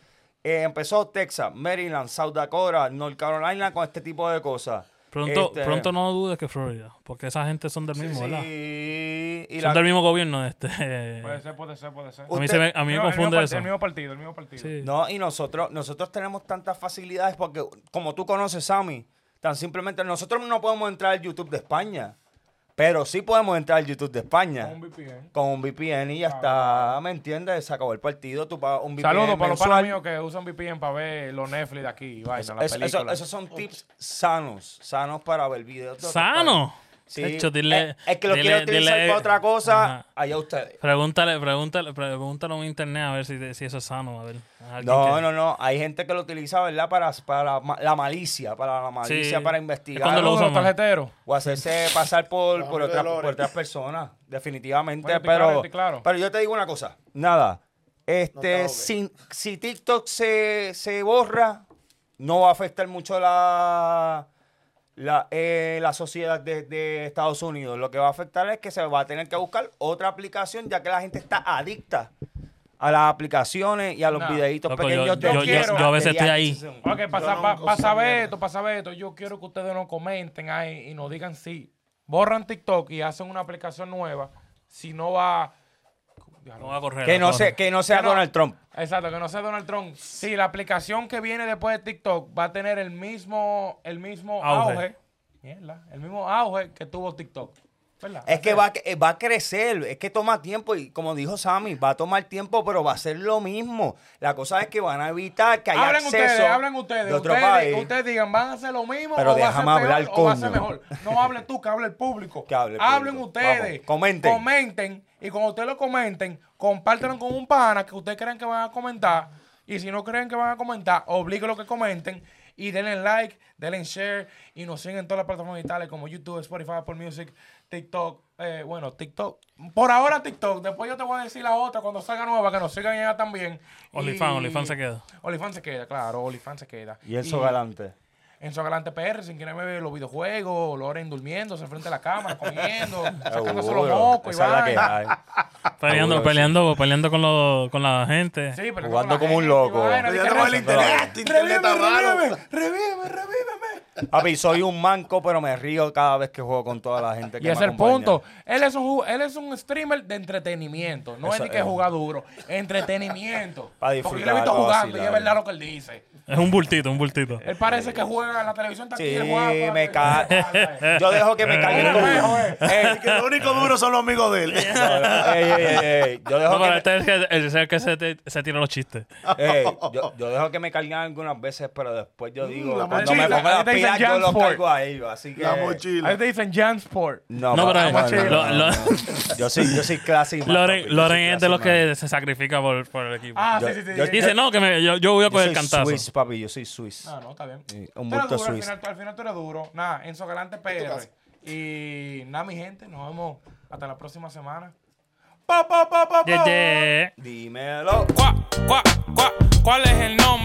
Speaker 1: empezó Texas, Maryland, South Dakota, North Carolina con este tipo de cosas.
Speaker 3: Pronto,
Speaker 1: Este-
Speaker 3: pronto no dudes que Florida, porque esa gente son del mismo, ¿verdad?
Speaker 1: Sí, y
Speaker 3: Son
Speaker 1: la- Pues,
Speaker 3: del mismo gobierno. Este.
Speaker 4: Puede ser, puede ser, puede ser.
Speaker 3: A mí,
Speaker 1: usted-
Speaker 3: se me, a mí me
Speaker 4: No, el mismo
Speaker 3: confunde
Speaker 4: part-
Speaker 3: eso.
Speaker 4: El mismo partido, el mismo partido.
Speaker 3: Sí.
Speaker 1: No, y nosotros, nosotros tenemos tantas facilidades porque, como tú conoces, Sammy, tan simplemente nosotros no podemos entrar al YouTube de España. Pero sí podemos entrar al YouTube de España.
Speaker 4: Con un VPN.
Speaker 1: Con un VPN y ya está, ¿me entiendes? Se acabó el partido, tú pagas un VPN
Speaker 4: Saludos para los
Speaker 1: mensual.
Speaker 4: panas míos que usan VPN para ver los Netflix de aquí y vaina, las
Speaker 1: Eso- eso-
Speaker 4: películas.
Speaker 1: esos son tips sanos, sanos para ver videos. de otros
Speaker 3: ¿Sano?
Speaker 1: países. Sí,
Speaker 3: Hecho, dile-
Speaker 1: es, es que lo
Speaker 3: dile-
Speaker 1: quiero utilizar
Speaker 3: dile-
Speaker 1: para otra cosa,
Speaker 3: Ajá.
Speaker 1: allá ustedes.
Speaker 3: Pregúntale, pregúntale, pregúntale a un internet a ver si, te- si eso es sano, a ver. a alguien
Speaker 1: No,
Speaker 3: que-
Speaker 1: no, no. Hay gente que lo utiliza, ¿verdad? Para, para ma- la malicia, para la
Speaker 3: Sí.
Speaker 1: malicia, para
Speaker 3: Es
Speaker 1: investigar.
Speaker 3: cuando lo
Speaker 4: Saludos,
Speaker 3: usan más.
Speaker 4: tarjeteros.
Speaker 1: o hacerse pasar por, por,
Speaker 2: amigos de
Speaker 1: otras, por
Speaker 2: Lore.
Speaker 1: otras personas, definitivamente.
Speaker 4: Bueno,
Speaker 1: pero,
Speaker 4: claro, claro.
Speaker 1: pero yo te digo una cosa, nada. Este,
Speaker 2: ahogues.
Speaker 1: si, si TikTok se, se borra, no va a afectar mucho la, la, eh, la sociedad de, de Estados Unidos. Lo que va a afectar es que se va a tener que buscar otra aplicación, ya que la gente está adicta a las aplicaciones y a los
Speaker 4: Nah.
Speaker 1: videitos
Speaker 3: Loco, yo,
Speaker 1: pequeños.
Speaker 3: yo,
Speaker 1: de
Speaker 3: yo-
Speaker 4: quiero-
Speaker 3: yo a veces estoy
Speaker 1: de
Speaker 3: ahí.
Speaker 4: Ok, pasa,
Speaker 2: no
Speaker 4: pa-
Speaker 2: uso
Speaker 4: pasa
Speaker 2: mierda.
Speaker 4: esto, pasa esto. Yo quiero que ustedes nos comenten ahí y nos digan si borran TikTok y hacen una aplicación nueva, si no va...
Speaker 3: No va a correr.
Speaker 1: Que
Speaker 3: la
Speaker 1: no,
Speaker 3: cosa.
Speaker 1: se, que no sea
Speaker 4: Que no-
Speaker 1: Donald Trump.
Speaker 4: Exacto, que no sea Donald Trump. Si la aplicación que viene después de TikTok va a tener el mismo, el mismo
Speaker 3: Auge.
Speaker 4: auge, mierda, el mismo auge que tuvo TikTok. ¿verdad?
Speaker 1: Es que va, a cre- va a crecer, es que toma tiempo y como dijo Sammy, va a tomar tiempo, pero va a ser lo mismo. La cosa es que van a evitar que haya
Speaker 4: Hablen
Speaker 1: acceso
Speaker 4: ustedes, hablen ustedes.
Speaker 1: de otro
Speaker 4: ustedes,
Speaker 1: país.
Speaker 4: ustedes digan, van a hacer lo mismo
Speaker 1: Pero
Speaker 4: o va a ser
Speaker 1: déjame hablar,
Speaker 4: peor, o va a ser
Speaker 1: coño.
Speaker 4: mejor. No hable tú, que hable el público.
Speaker 1: Que hable el
Speaker 4: Hablen
Speaker 1: público.
Speaker 4: ustedes.
Speaker 1: Vamos, comenten.
Speaker 4: Comenten. Y cuando ustedes lo comenten, compártanlo con un pana que ustedes crean que van a comentar. Y si no creen que van a comentar, oblíguenlo que comenten. Y denle like, denle share. Y nos siguen en todas las plataformas digitales como YouTube, Spotify, Apple Music, TikTok. eh, bueno, TikTok. Por ahora TikTok. Después yo te voy a decir la otra cuando salga nueva, que nos sigan ya también.
Speaker 3: OnlyFans,
Speaker 4: Y-
Speaker 3: OnlyFans se queda.
Speaker 4: OnlyFans se queda, claro, OnlyFans se queda.
Speaker 1: Y eso galante.
Speaker 4: Enzo Galante PR, sin querer ver los videojuegos, Loren durmiéndose frente a la cámara, comiendo, sacándose los
Speaker 1: Seguro,
Speaker 4: mocos y
Speaker 1: esa es la que
Speaker 4: vaina.
Speaker 1: hay.
Speaker 3: Peleando,
Speaker 1: Seguro que sí.
Speaker 3: peleando, peleando con, los- con la gente.
Speaker 4: Sí, pero
Speaker 1: Jugando
Speaker 4: con la
Speaker 1: como un
Speaker 4: gente y
Speaker 1: loco.
Speaker 4: vaina,
Speaker 2: Pero
Speaker 4: de
Speaker 2: ya
Speaker 4: que
Speaker 2: te va el
Speaker 4: re-
Speaker 2: internet, tu internet
Speaker 4: Revíveme,
Speaker 2: está
Speaker 4: revíveme,
Speaker 2: raro.
Speaker 4: revíveme, revíveme.
Speaker 1: Papi, soy un manco, pero me río cada vez que juego con toda la gente que
Speaker 4: Y
Speaker 1: me
Speaker 4: es el
Speaker 1: acompaña.
Speaker 4: punto. Él es, un, ju- él es un streamer de entretenimiento. No
Speaker 1: Eso
Speaker 4: es ni que
Speaker 1: es.
Speaker 4: juega duro. Entretenimiento.
Speaker 1: Pa'
Speaker 4: Porque yo
Speaker 1: disfrutar,
Speaker 4: lo he visto
Speaker 1: pa'
Speaker 4: jugando y es
Speaker 1: vacilar.
Speaker 4: verdad lo que él dice.
Speaker 3: Es un bultito, un bultito.
Speaker 1: Eh,
Speaker 4: Él parece que juega en la televisión. Está aquí,
Speaker 1: Sí,
Speaker 4: él juega con la
Speaker 1: me
Speaker 4: televisión, vaina.
Speaker 1: cae. Yo dejo que me caiga el
Speaker 4: Joder,
Speaker 1: Eh,
Speaker 2: Que lo único duro son los amigos de él.
Speaker 1: ey, ey, ey, ey, Yo dejo
Speaker 3: No,
Speaker 1: que
Speaker 3: pero
Speaker 1: me-
Speaker 3: este es el que, el- es el que se, te- se tira los chistes.
Speaker 1: Ey, yo, yo dejo que me carguen algunas veces, pero después yo digo,
Speaker 2: Mm, la
Speaker 1: cuando me
Speaker 4: mochila.
Speaker 1: pongo las
Speaker 4: Ahí te dicen
Speaker 1: pilas, yo los
Speaker 4: Jansport.
Speaker 1: cargo a ellos. Así que.
Speaker 2: La
Speaker 4: Ahí
Speaker 2: mochila.
Speaker 4: te dicen Jansport.
Speaker 1: No,
Speaker 3: No,
Speaker 1: pa-
Speaker 3: pero- lo- lo-
Speaker 1: Yo soy, yo soy clase y mal,
Speaker 3: Loren,
Speaker 1: papi, yo
Speaker 3: Loren
Speaker 1: soy clase
Speaker 3: es de
Speaker 1: y
Speaker 3: los
Speaker 1: mal.
Speaker 3: que se sacrifica por, por el equipo.
Speaker 4: Ah,
Speaker 1: Yo-
Speaker 4: sí, sí, sí.
Speaker 1: yo-
Speaker 4: sí.
Speaker 3: Dice, no, que me- yo, yo voy a
Speaker 1: Yo
Speaker 3: coger
Speaker 1: soy
Speaker 3: el cantazo.
Speaker 1: Swiss, papi, yo soy Swiss.
Speaker 4: Ah, no, está bien.
Speaker 1: Sí, un
Speaker 4: Tú
Speaker 1: bulto
Speaker 4: eres duro, al,
Speaker 1: suizo.
Speaker 4: final, tú- al final tú eres duro. Nada, Enzo Galante PR. Y nada, mi gente, nos vemos hasta la próxima semana. Pa, pa, pa, pa, pa.
Speaker 3: Yeah, yeah.
Speaker 1: Dímelo.
Speaker 6: Cuá, cuá, cuá, ¿cuál es el nombre?